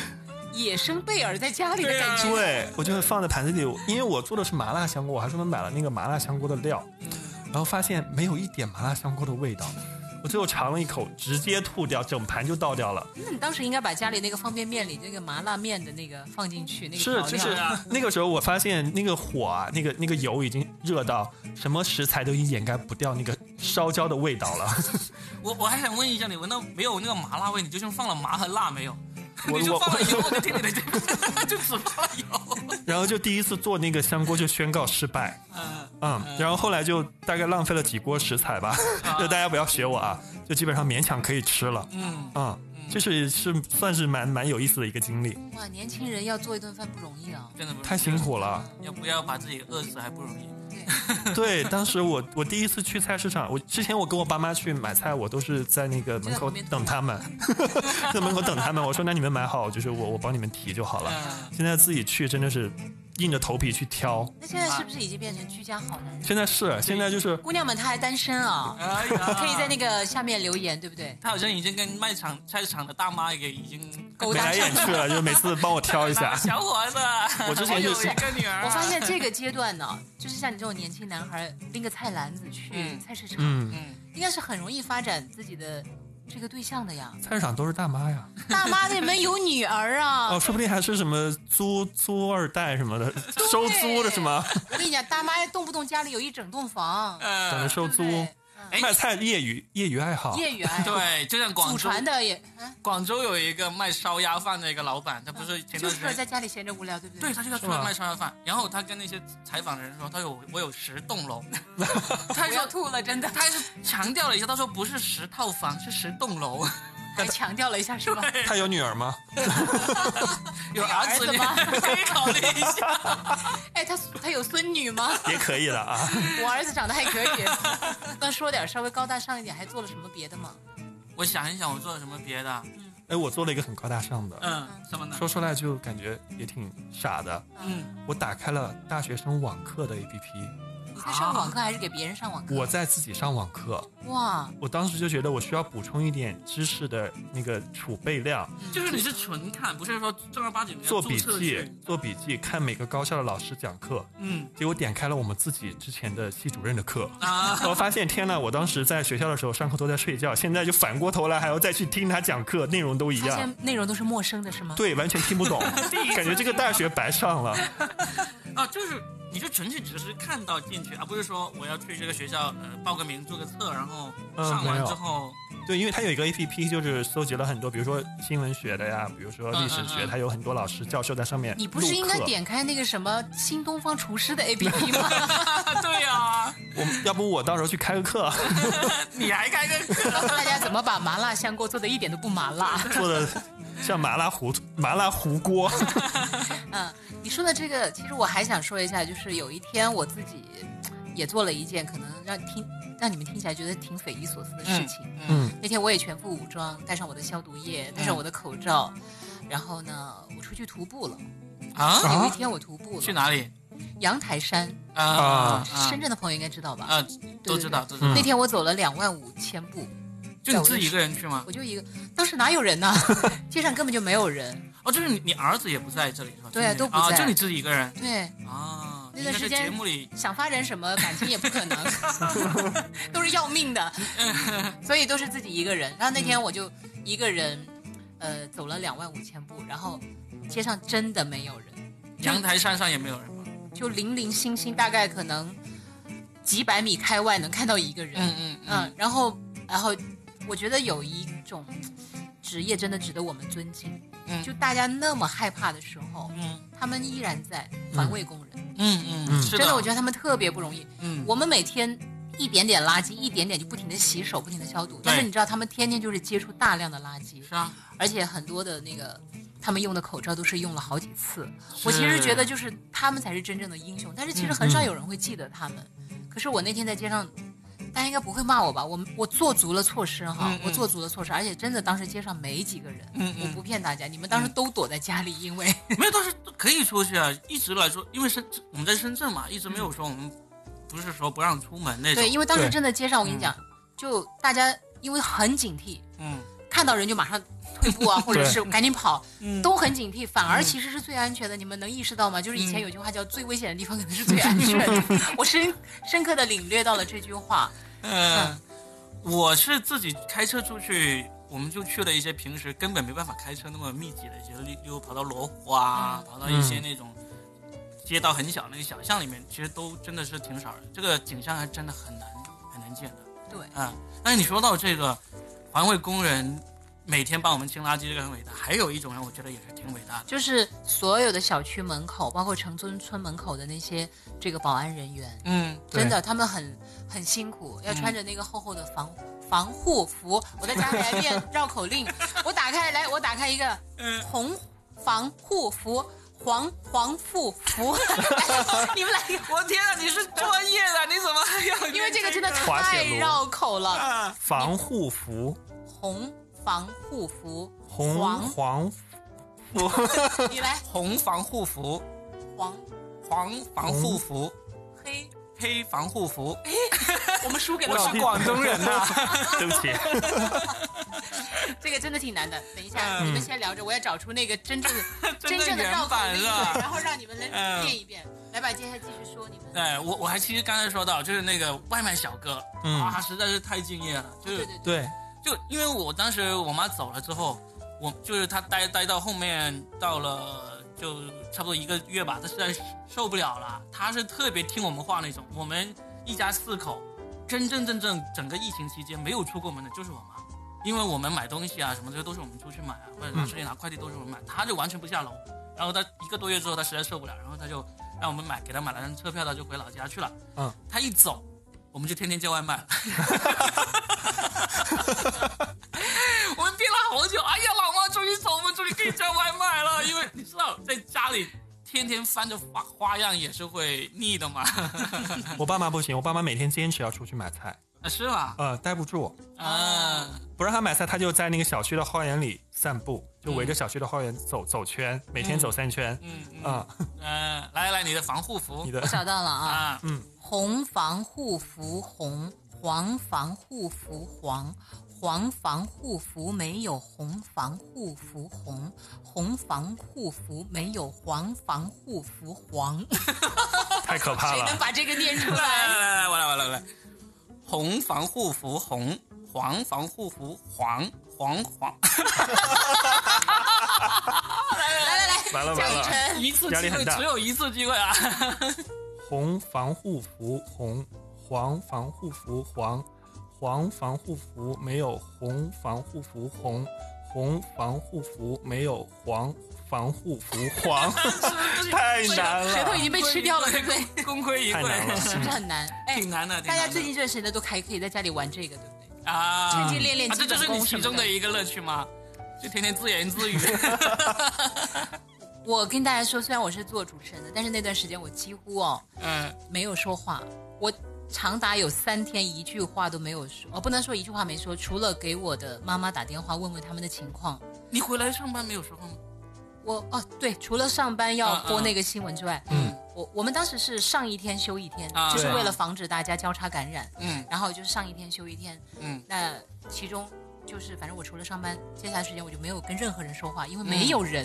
Speaker 3: 野生贝尔在家里的感觉。
Speaker 4: 对，我就会放在盘子里，因为我做的是麻辣香锅，我还专门买了那个麻辣香锅的料，然后发现没有一点麻辣香锅的味道。我最后尝了一口，直接吐掉，整盘就倒掉了。
Speaker 3: 那你当时应该把家里那个方便面里那个麻辣面的那个放进去，那个
Speaker 4: 是
Speaker 3: 调，
Speaker 4: 就
Speaker 3: 料
Speaker 4: 是
Speaker 2: 啊
Speaker 4: 那个时候我发现那个火啊，那个那个油已经热到什么食材都已经掩盖不掉那个烧焦的味道了。
Speaker 2: 我我还想问一下，你闻到没有那个麻辣味？你究竟放了麻和辣没有？
Speaker 4: 我
Speaker 2: 你就
Speaker 4: 我
Speaker 2: 放了油， 我就听你的， 就只放了油。
Speaker 4: 然后就第一次做那个香锅就宣告失败。
Speaker 2: 嗯
Speaker 4: 嗯，然后后来就大概浪费了几锅食材吧， 就大家不要学我啊，就基本上勉强可以吃了。
Speaker 2: 嗯，
Speaker 4: 嗯，这是是算是蛮蛮有意思的一个经历，
Speaker 3: 哇，年轻人要做一顿饭不容易啊。
Speaker 2: 真的不是
Speaker 4: 太辛，苦了。
Speaker 2: 要不要把自己饿死还不容易。
Speaker 4: 对，当时我我第一次去菜市场，我之前我跟我爸妈去买菜，我都是在那个门口等他们，在门口等他们。我说那你们买好，就是我我帮你们提就好了。
Speaker 2: 嗯，
Speaker 4: 现在自己去真的是硬着头皮去挑。
Speaker 3: 那现在是不是已经变成居家好男人？
Speaker 4: 现在是现在就是
Speaker 3: 姑娘们，她还单身啊、
Speaker 2: 哎呀，
Speaker 3: 可以在那个下面留言，对不对？
Speaker 2: 他好像已经跟卖场菜市场的大妈也已经。
Speaker 3: 勾
Speaker 4: 眉
Speaker 3: 搭
Speaker 4: 来
Speaker 3: 上
Speaker 4: 眼去了，就是每次帮我挑一下
Speaker 2: 小伙子，
Speaker 4: 我之前
Speaker 2: 有
Speaker 4: 就是
Speaker 2: 一个女儿，
Speaker 3: 我发现这个阶段呢，就是像你这种年轻男孩拎个菜篮子去
Speaker 2: 嗯
Speaker 3: 菜市场，
Speaker 4: 嗯，
Speaker 2: 嗯，
Speaker 3: 应该是很容易发展自己的这个对象的呀。
Speaker 4: 菜市场都是大妈呀，
Speaker 3: 大妈你们有女儿啊！
Speaker 4: 哦，说不定还是什么租租二代什么的，收租的是吗？
Speaker 3: 我跟你讲，大妈动不动家里有一整栋房，
Speaker 4: 嗯等着
Speaker 2: 呃，
Speaker 4: 收租。
Speaker 3: 对不对
Speaker 2: 哎
Speaker 4: 卖菜业余业余爱好，
Speaker 3: 业余爱好
Speaker 2: 哦对，就像广
Speaker 3: 祖
Speaker 2: 州，
Speaker 3: 传的也，啊
Speaker 2: 广州有一个卖烧鸭饭的一个老板，他不是前
Speaker 3: 就
Speaker 2: 段
Speaker 3: 是
Speaker 2: 时间
Speaker 3: 在家里闲着无聊，对不
Speaker 2: 对
Speaker 3: 对？
Speaker 2: 他就在
Speaker 4: 是
Speaker 2: 出来
Speaker 4: 吗
Speaker 2: 卖烧鸭饭，然后他跟那些采访的人说，他有我有十栋 楼，他
Speaker 3: 我
Speaker 2: 说
Speaker 3: 要吐了，真的。
Speaker 2: 他还是强调了一下，他说不是十套房，是十栋楼，
Speaker 3: 还强调了一下是吧？
Speaker 4: 他有女儿吗？
Speaker 2: 有儿子
Speaker 3: 有儿子
Speaker 2: 你
Speaker 3: 吗
Speaker 2: 可以考虑一下。
Speaker 3: 哎，他他有孙女吗？
Speaker 4: 也可以的啊。
Speaker 3: 我儿子长得还可 以。那说点稍微高大上一点，还做了什么别的吗？
Speaker 2: 我想一想，我做了什么别的？啊
Speaker 4: 哎，我做了一个很高大上的，
Speaker 2: 嗯，什么呢？
Speaker 4: 说出来就感觉也挺傻的。
Speaker 2: 嗯，
Speaker 4: 我打开了大学生网课的 APP，
Speaker 3: 你在上
Speaker 2: 啊
Speaker 3: 网课还是给别人上网课？
Speaker 4: 我在自己上网课，
Speaker 3: 哇，
Speaker 4: 我当时就觉得我需要补充一点知识的那个储备量，
Speaker 2: 嗯就是你是纯看，不是说正儿八经的
Speaker 4: 做笔
Speaker 2: 注册
Speaker 4: 记
Speaker 2: 去，
Speaker 4: 做笔记，看每个高校的老师讲课。
Speaker 2: 嗯
Speaker 4: 结果点开了我们自己之前的系主任的课，
Speaker 2: 啊，
Speaker 4: 我发现天呐，我当时在学校的时候上课都在睡觉，现在就反过头来还要再去听他讲课，内容都一
Speaker 3: 发
Speaker 4: 样。
Speaker 3: 现内容都是陌生的，是吗？
Speaker 4: 对，完全听不懂，感觉这个大学白上了。
Speaker 2: 啊，就是你就纯粹只是看到进去，而不是说我要去这个学校呃报个名、注个册，然后
Speaker 4: 嗯
Speaker 2: 上
Speaker 4: 没
Speaker 2: 完
Speaker 4: 有
Speaker 2: 之后，
Speaker 4: 对，因为它有一个 A P P，就是搜集了很多，比如说新闻学的呀，比如说历史
Speaker 2: 嗯嗯
Speaker 4: 学，
Speaker 2: 嗯
Speaker 4: 它有很多老师教授在上面。
Speaker 3: 你不是应该？点开那个什么新东方厨师 的 APP 吗？
Speaker 2: 啊对呀、
Speaker 4: 我们要不我到时候去开个课，啊
Speaker 2: 你还开个 课，
Speaker 3: 大家怎么把麻辣香锅做的一点都不麻 辣？
Speaker 4: 做的像麻辣糊麻辣糊锅。
Speaker 3: 嗯，你说的这个，其实我还想说一下，就是有一天我自己也做了一件可能让听让你们听起来觉得挺匪夷所思的事情。
Speaker 4: 嗯
Speaker 3: 那天我也全副武装，戴上我的消毒液，戴上我的口罩，
Speaker 2: 嗯
Speaker 3: 然后呢，我出去徒步了。
Speaker 2: 啊，
Speaker 3: 有一天我徒步
Speaker 2: 去
Speaker 3: 了，
Speaker 2: 哪里
Speaker 3: 阳台山，
Speaker 2: 啊啊
Speaker 3: 深圳的朋友应该知道吧？
Speaker 2: 啊，都知道都知道
Speaker 4: 嗯，
Speaker 3: 那天我走了两万五千步，
Speaker 2: 就你自己一个人去吗？
Speaker 3: 我就一个，当时哪有人呢？ 街上根本就没有人。
Speaker 2: 哦，就是你你儿子也不在这里是吧？
Speaker 3: 对
Speaker 2: 今
Speaker 3: 啊
Speaker 2: 年
Speaker 3: 都不
Speaker 2: 啊，
Speaker 3: 在
Speaker 2: 就你自己一个人
Speaker 3: 对，
Speaker 2: 啊。
Speaker 3: 那段时间
Speaker 2: 你在这节目里
Speaker 3: 想发展什么感情也不可能，都是要命的，所以都是自己一个人。然后那天我就一个人，呃，走了两万五千步，然后街上真的没有人，
Speaker 2: 阳台山上也没有人吗？
Speaker 3: 就零零星星，大概可能几百米开外能看到一个人。嗯
Speaker 2: 嗯
Speaker 3: 然后然后我觉得有一种职业真的值得我们尊敬，
Speaker 2: 嗯
Speaker 3: 就大家那么害怕的时候，
Speaker 2: 嗯
Speaker 3: 他们依然在环卫工人，
Speaker 2: 嗯嗯，
Speaker 4: 嗯
Speaker 2: 是
Speaker 3: 真的，我觉得他们特别不容易。
Speaker 2: 嗯
Speaker 3: 我们每天一点点垃圾，一点点就不停的洗手，不停的消毒。但是你知道，他们天天就是接触大量的垃圾，
Speaker 2: 是啊，
Speaker 3: 而且很多的那个他们用的口罩都是用了好几次。
Speaker 2: 是
Speaker 3: 我其实觉
Speaker 2: 嗯
Speaker 3: 得，就是他们才是真正的英雄，但是其实很少有人会记得他们。可是我那天在街上。大家应该不会骂我吧？我我做足了措施哈，
Speaker 2: 嗯嗯
Speaker 3: 我做足了措施，而且真的当时街上没几个人，
Speaker 2: 嗯嗯
Speaker 3: 我不骗大家，你们当时都躲在家里，因为
Speaker 2: 没有，但是可以出去啊。一直来说，因为深我们在深圳嘛，一直没有说我们不是说不让出门那种
Speaker 3: 对，。因为当时
Speaker 4: 对
Speaker 3: 真的街上，我跟你讲，就大家因为很警惕，
Speaker 2: 嗯
Speaker 3: 看到人就马上退 步啊，或者是赶紧跑，
Speaker 2: 嗯嗯
Speaker 3: 都很警惕，反而其实是最安全的。你们能意识到吗？就是以前有句话叫“最危险的地方可能是最安全 的” 。我深深刻的领略到了这句话。
Speaker 2: 嗯，我是自己开车出去，我们就去了一些平时根本没办法开车那么密集的一些，例例如跑到罗湖啊，
Speaker 3: 嗯
Speaker 2: 跑到一些那种街道很小那个小巷里面，其实都真的是挺少人。这个景象还真的很难很难见的。
Speaker 3: 对，
Speaker 2: 嗯，但是你说到这个环卫工人每天帮我们清垃圾，这个很伟大。还有一种人，我觉得也是挺伟大的。
Speaker 3: 就是所有的小区门口，包括城中村门口的那些这个保安人员，
Speaker 2: 嗯，
Speaker 4: 对
Speaker 3: 真的他们很很辛苦，要穿着那个厚厚的防。防护服，我在家里来念绕口令。我打开来，我打开一个红防护服，黄黄护服。你们来一个
Speaker 2: 我天啊，你是专业的，你怎么还要
Speaker 3: 因为这个真的
Speaker 4: 滑
Speaker 3: 太
Speaker 4: 铁卢
Speaker 3: 绕口了。
Speaker 2: 啊？
Speaker 4: 防护服，
Speaker 3: 红防护服，
Speaker 4: 红
Speaker 3: 黄
Speaker 4: 黄服，
Speaker 3: 你来
Speaker 2: 红防护服，
Speaker 3: 黄
Speaker 2: 黄防护服。
Speaker 3: 嗯黑，
Speaker 2: 黑防护服，
Speaker 3: 我们输给
Speaker 2: 我
Speaker 3: 了
Speaker 2: 是广东人呐、
Speaker 4: 对不起，
Speaker 3: 这个真的挺难的。等一下，
Speaker 2: 嗯
Speaker 3: 你们先聊着，我要找出那个真正真正的
Speaker 2: 原
Speaker 3: 绕口
Speaker 2: 版
Speaker 3: 令，
Speaker 2: 了
Speaker 3: 然后让你们
Speaker 2: 嗯
Speaker 3: 来念一遍。来吧，接下来继续说你们。
Speaker 2: 哎，我我还其实刚才说到，就是那个外卖小哥，
Speaker 4: 嗯
Speaker 2: 啊，实在是太敬业了，就
Speaker 3: 对
Speaker 2: 是
Speaker 3: 对对，
Speaker 4: 对，
Speaker 2: 就因为我当时我妈走了之后，我就是她待待到后面到了就差不多一个月吧，她实在受不了了，她是特别听我们话那种。我们一家四口，真真正正整个疫情期间没有出过门的就是我妈，因为我们买东西啊什么的都是我们出去买啊，或者拿
Speaker 4: 嗯
Speaker 2: 出去拿快递都是我们买，她就完全不下楼。然后她一个多月之后，她实在受不了，然后她就让我们买给她买了张车票，她就回老家去了。
Speaker 4: 嗯，
Speaker 2: 她一走，我们就天天叫外卖了。我们憋了好久，哎呀，老妈终于走，我们终于可以叫外卖了。因为你知道，在家里天天翻着花花样也是会腻的嘛。
Speaker 4: 我爸妈不行，我爸妈每天坚持要出去买菜，
Speaker 2: 啊是吧？
Speaker 4: 呃，待不住，
Speaker 2: 嗯，
Speaker 4: 不让他买菜，他就在那个小区的花园里散步，就
Speaker 3: 嗯
Speaker 4: 围着小区的花园走、走圈，每天走三圈。
Speaker 2: 嗯
Speaker 4: 啊、
Speaker 2: 嗯，来来，你的防护服
Speaker 4: 你的
Speaker 3: 我找到了啊，
Speaker 2: 啊，
Speaker 3: 红防护服红，黄防护服黄，黄防护服没有红防护服红，红防护服没有黄防护服黄。
Speaker 4: 太可怕
Speaker 3: 谁能
Speaker 4: 了，
Speaker 3: 把这个念出
Speaker 2: 来
Speaker 3: 来？
Speaker 2: 来来，我来我来我来，红防护服红，黄防护服黄黄黄，
Speaker 3: 来来来，
Speaker 4: 完了
Speaker 3: 江
Speaker 4: 完
Speaker 3: 雨
Speaker 4: 了，
Speaker 3: 晨，
Speaker 2: 一次
Speaker 4: 压力
Speaker 2: 机
Speaker 4: 很
Speaker 2: 会
Speaker 4: 大
Speaker 2: 只有一次机会啊！
Speaker 4: 红防护服红，黄防护服黄，黄防护服没有红防护服红，红防护服没有黄防护服 黄， 太难
Speaker 3: 舌头已
Speaker 4: 了，
Speaker 3: 经被吃掉了，对不对？
Speaker 2: 功亏一
Speaker 4: 太难了
Speaker 2: 篑，
Speaker 3: 是不是很难？哎
Speaker 2: 挺，难的。挺
Speaker 3: 大家
Speaker 2: 难的
Speaker 3: 最近认识的都还可以在家里玩这个，对不对？
Speaker 2: 啊，
Speaker 3: 最近练练
Speaker 2: 啊
Speaker 3: 基
Speaker 2: 这就
Speaker 3: 本
Speaker 2: 是你
Speaker 3: 功什
Speaker 2: 其
Speaker 3: 么
Speaker 2: 中
Speaker 3: 的
Speaker 2: 的一个乐趣吗？就天天自言自语，
Speaker 3: 我跟大家说，虽然我是做主持人的，但是那段时间我几乎哦
Speaker 2: 嗯
Speaker 3: 没有说话，我长达有三天一句话都没有说，哦，不能说一句话没说，除了给我的妈妈打电话问问他们的情况。，
Speaker 2: 你回来上班没有说话吗？
Speaker 3: 我哦，对，除了上班要
Speaker 2: 嗯嗯
Speaker 3: 播那个新闻之外，
Speaker 4: 嗯，
Speaker 3: 我我们当时是上一天休一天，
Speaker 2: 啊
Speaker 3: 就是
Speaker 2: 对
Speaker 3: 为了防止大家交叉感染，
Speaker 2: 嗯
Speaker 3: 然后就是上一天休一天。
Speaker 2: 嗯，
Speaker 3: 那其中就是，反正我除了上班，接下来时间我就没有跟任何人说话，因为没有人，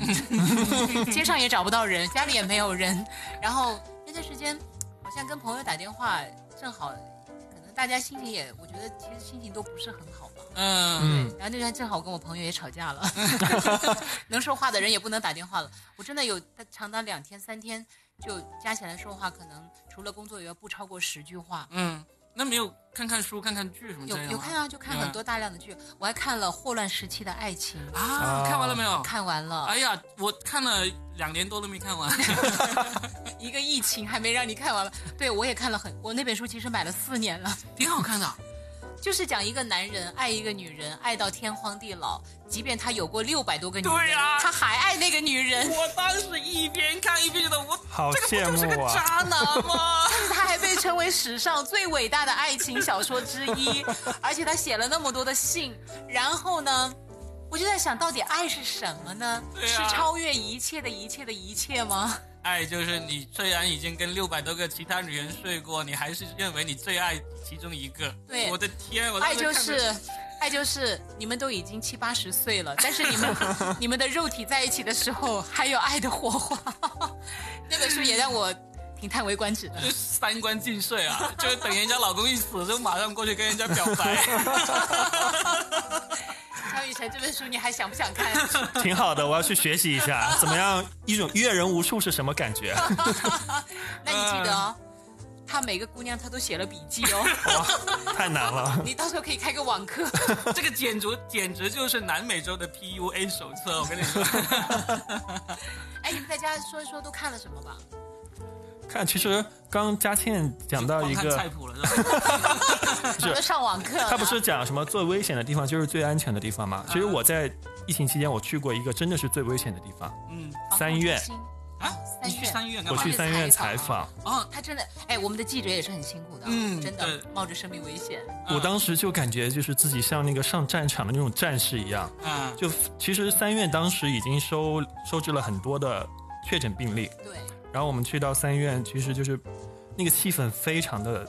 Speaker 3: 街上也找不到人，家里也没有人。然后那段时间，好像跟朋友打电话，正好可能大家心情也，我觉得其实心情都不是很好吧。
Speaker 2: 嗯
Speaker 4: 嗯，
Speaker 3: 然后那天正好我跟我朋友也吵架了，能说话的人也不能打电话了。我真的有长达两天三天，就加起来说话，可能除了工作以外不超过十句话。
Speaker 2: 嗯，那没有看看书、看看剧什么之
Speaker 3: 有
Speaker 2: 类的吗
Speaker 3: 有看啊，就看
Speaker 2: 有啊
Speaker 3: 很多大量的剧，我还看了《霍乱时期的爱情
Speaker 2: 啊？看完了没有》，？
Speaker 3: 看完了
Speaker 2: 哎，呀，我看了两年多都没看 完。
Speaker 3: 一个疫情还没让你看完了。 对我也看了很，我那本书其实买了四年了，
Speaker 2: 挺好看的。
Speaker 3: 就是讲一个男人爱一个女人，爱到天荒地老，即便他有过六百多个女人，
Speaker 2: 对呀
Speaker 3: 他还爱那个女人。
Speaker 2: 我当时一边看一边觉得，我
Speaker 4: 好羡慕啊！
Speaker 2: 渣男吗？
Speaker 3: 他还被称为史上最伟大的爱情小说之一，而且他写了那么多的信。然后呢，我就在想到底爱是什么呢？
Speaker 2: 对啊
Speaker 3: 是超越一切的一切的一切吗？
Speaker 2: 爱哎就是你虽然已经跟六百多个其他女人睡过，你还是认为你最爱其中一个。
Speaker 3: 对
Speaker 2: 我的天，我当
Speaker 3: 爱
Speaker 2: 时
Speaker 3: 就
Speaker 2: 看着
Speaker 3: 是。爱就是你们都已经七八十岁了，但是你们你们的肉体在一起的时候还有爱的火花， 那本书也让我挺叹为观止的。
Speaker 2: 就三观尽碎啊！就是等人家老公一死，就马上过去跟人家表白。
Speaker 3: 张雨晨这本书你还想不想看？
Speaker 4: 挺好的，我要去学习一下，怎么样？一种阅人无数是什么感觉？
Speaker 3: 那你记得哦，他每个姑娘他都写了笔记哦。
Speaker 4: 太难了，
Speaker 3: 你到时候可以开个网课。
Speaker 2: 这个简直简直就是南美洲的 PUA 手册， 我跟你说。
Speaker 3: 哎，你们在家说一说都看了什么吧？
Speaker 4: 看，其实刚佳倩讲到一
Speaker 2: 光看
Speaker 4: 个
Speaker 2: 菜，谱了是吧？
Speaker 3: 我都上网课了。
Speaker 4: 她不是讲什么最危险的地方就是最安全的地方嘛？其实我在疫情期间，我去过一个真的是最危险的地方，
Speaker 2: 嗯
Speaker 3: 防控
Speaker 4: 三院
Speaker 3: 中心
Speaker 2: 啊，
Speaker 3: 三
Speaker 2: 你去
Speaker 3: 院
Speaker 2: 三院干
Speaker 4: 我
Speaker 2: 嘛
Speaker 4: 去？三院采访，
Speaker 2: 哦，
Speaker 3: 他真的，哎，我们的记者也是很辛苦的，哦
Speaker 2: 嗯
Speaker 3: 真
Speaker 2: 对
Speaker 3: 的冒着生命危险。
Speaker 2: 嗯
Speaker 4: 我当时就感觉就是自己像那个上战场的那种战士一样。
Speaker 2: 嗯
Speaker 4: 就其实三院当时已经收收治了很多的确诊病例，
Speaker 3: 对，
Speaker 4: 然后我们去到三院，其实就是那个气氛非常的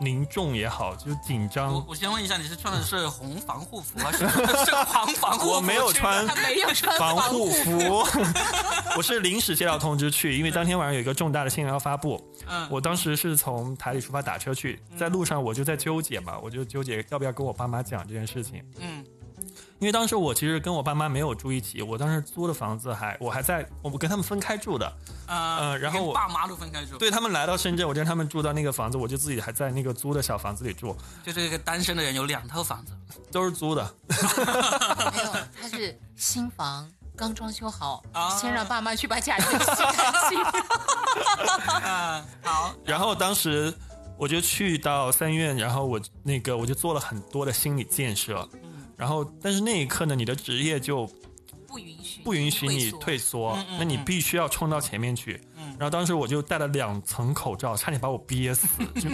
Speaker 4: 凝重也好，就紧张
Speaker 2: 我。我先问一下，你是穿的是红防护服啊还是 是黄防护服？
Speaker 4: 我没有穿
Speaker 3: 他没有 穿
Speaker 4: 防护
Speaker 3: 护
Speaker 4: 服，我是临时接到通知去，因为当天晚上有一个重大的新闻要发布。
Speaker 2: 嗯
Speaker 4: 我当时是从台里出发打车去，在路上我就在纠结嘛，我就纠结要不要跟我爸妈讲这件事情，
Speaker 2: 嗯
Speaker 4: 因为当时我其实跟我爸妈没有住一起，我当时租的房子还我还在我跟他们分开住的，
Speaker 2: 呃
Speaker 4: 呃然后
Speaker 2: 跟
Speaker 4: 我
Speaker 2: 爸妈都分开住，，
Speaker 4: 对他们来到深圳，我跟他们住到那个房子，我就自己还在那个租的小房子里住，
Speaker 2: 就是一个单身的人有两套房 子，
Speaker 4: 都是租的，
Speaker 3: 没有，他是新房。刚装修好，
Speaker 2: 啊
Speaker 3: 先让爸妈去把家里洗干净。
Speaker 2: 嗯，好，
Speaker 4: 然后当时我就去到三院，然后我那个我就做了很多的心理建设，然后但是那一刻呢，你的职业就
Speaker 3: 不允许，
Speaker 4: 不允许你
Speaker 3: 缩
Speaker 4: 退缩
Speaker 2: 嗯嗯，嗯
Speaker 4: 那你必须要冲到前面去。然后当时我就戴了两层口罩，差点把我 憋死。就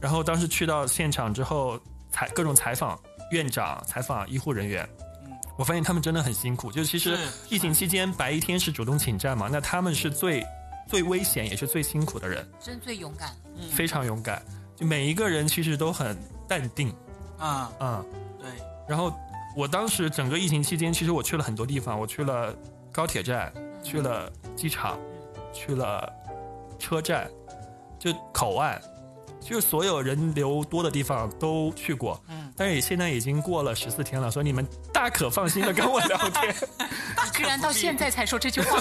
Speaker 4: 然后当时去到现场之后，采各种采访院长、采访医护人员
Speaker 2: 嗯。
Speaker 4: 我发现他们真的很辛苦，就其实
Speaker 2: 是
Speaker 4: 疫情期间白衣天使主动请战嘛，那他们是最最危险也是最辛苦的人，
Speaker 3: 真最勇敢了。
Speaker 2: 嗯
Speaker 4: 非常勇敢。就每一个人其实都很淡定
Speaker 2: 啊，
Speaker 4: 啊、
Speaker 2: 对，
Speaker 4: 然后我当时整个疫情期间，其实我去了很多地方，我去了高铁站，去了机场，去了车站，就口岸，就是所有人流多的地方都去过。
Speaker 2: 嗯，
Speaker 4: 但是也现在已经过了十四天了，所以你们大可放心的跟我聊 天。
Speaker 3: 你居然到现在才说这句 话，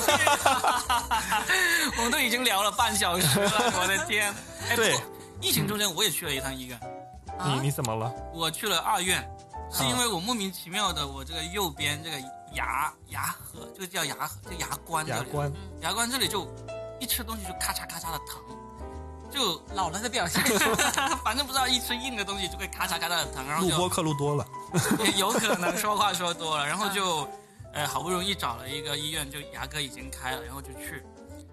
Speaker 2: 我们都已经聊了半小时 了，我的天！哎，
Speaker 4: 对
Speaker 2: 不过，疫情中间我也去了一趟医院，
Speaker 3: 啊
Speaker 4: 你你怎么了？
Speaker 2: 我去了二院，是
Speaker 4: 啊
Speaker 2: 因为我莫名其妙的，我这个右边这个牙牙核，这个叫牙核，这牙关这
Speaker 4: 牙
Speaker 2: 里，
Speaker 4: 关
Speaker 2: 牙关这里就一吃东西就咔嚓咔嚓的疼，就
Speaker 3: 老了的表现。
Speaker 2: 反正不知道一吃硬的东西就会咔嚓咔嚓的疼，然后
Speaker 4: 录
Speaker 2: 就
Speaker 4: 播课录多了，
Speaker 2: 也有可能说话说多了，然后就，呃，好不容易找了一个医院，就牙科已经开了，然后就去，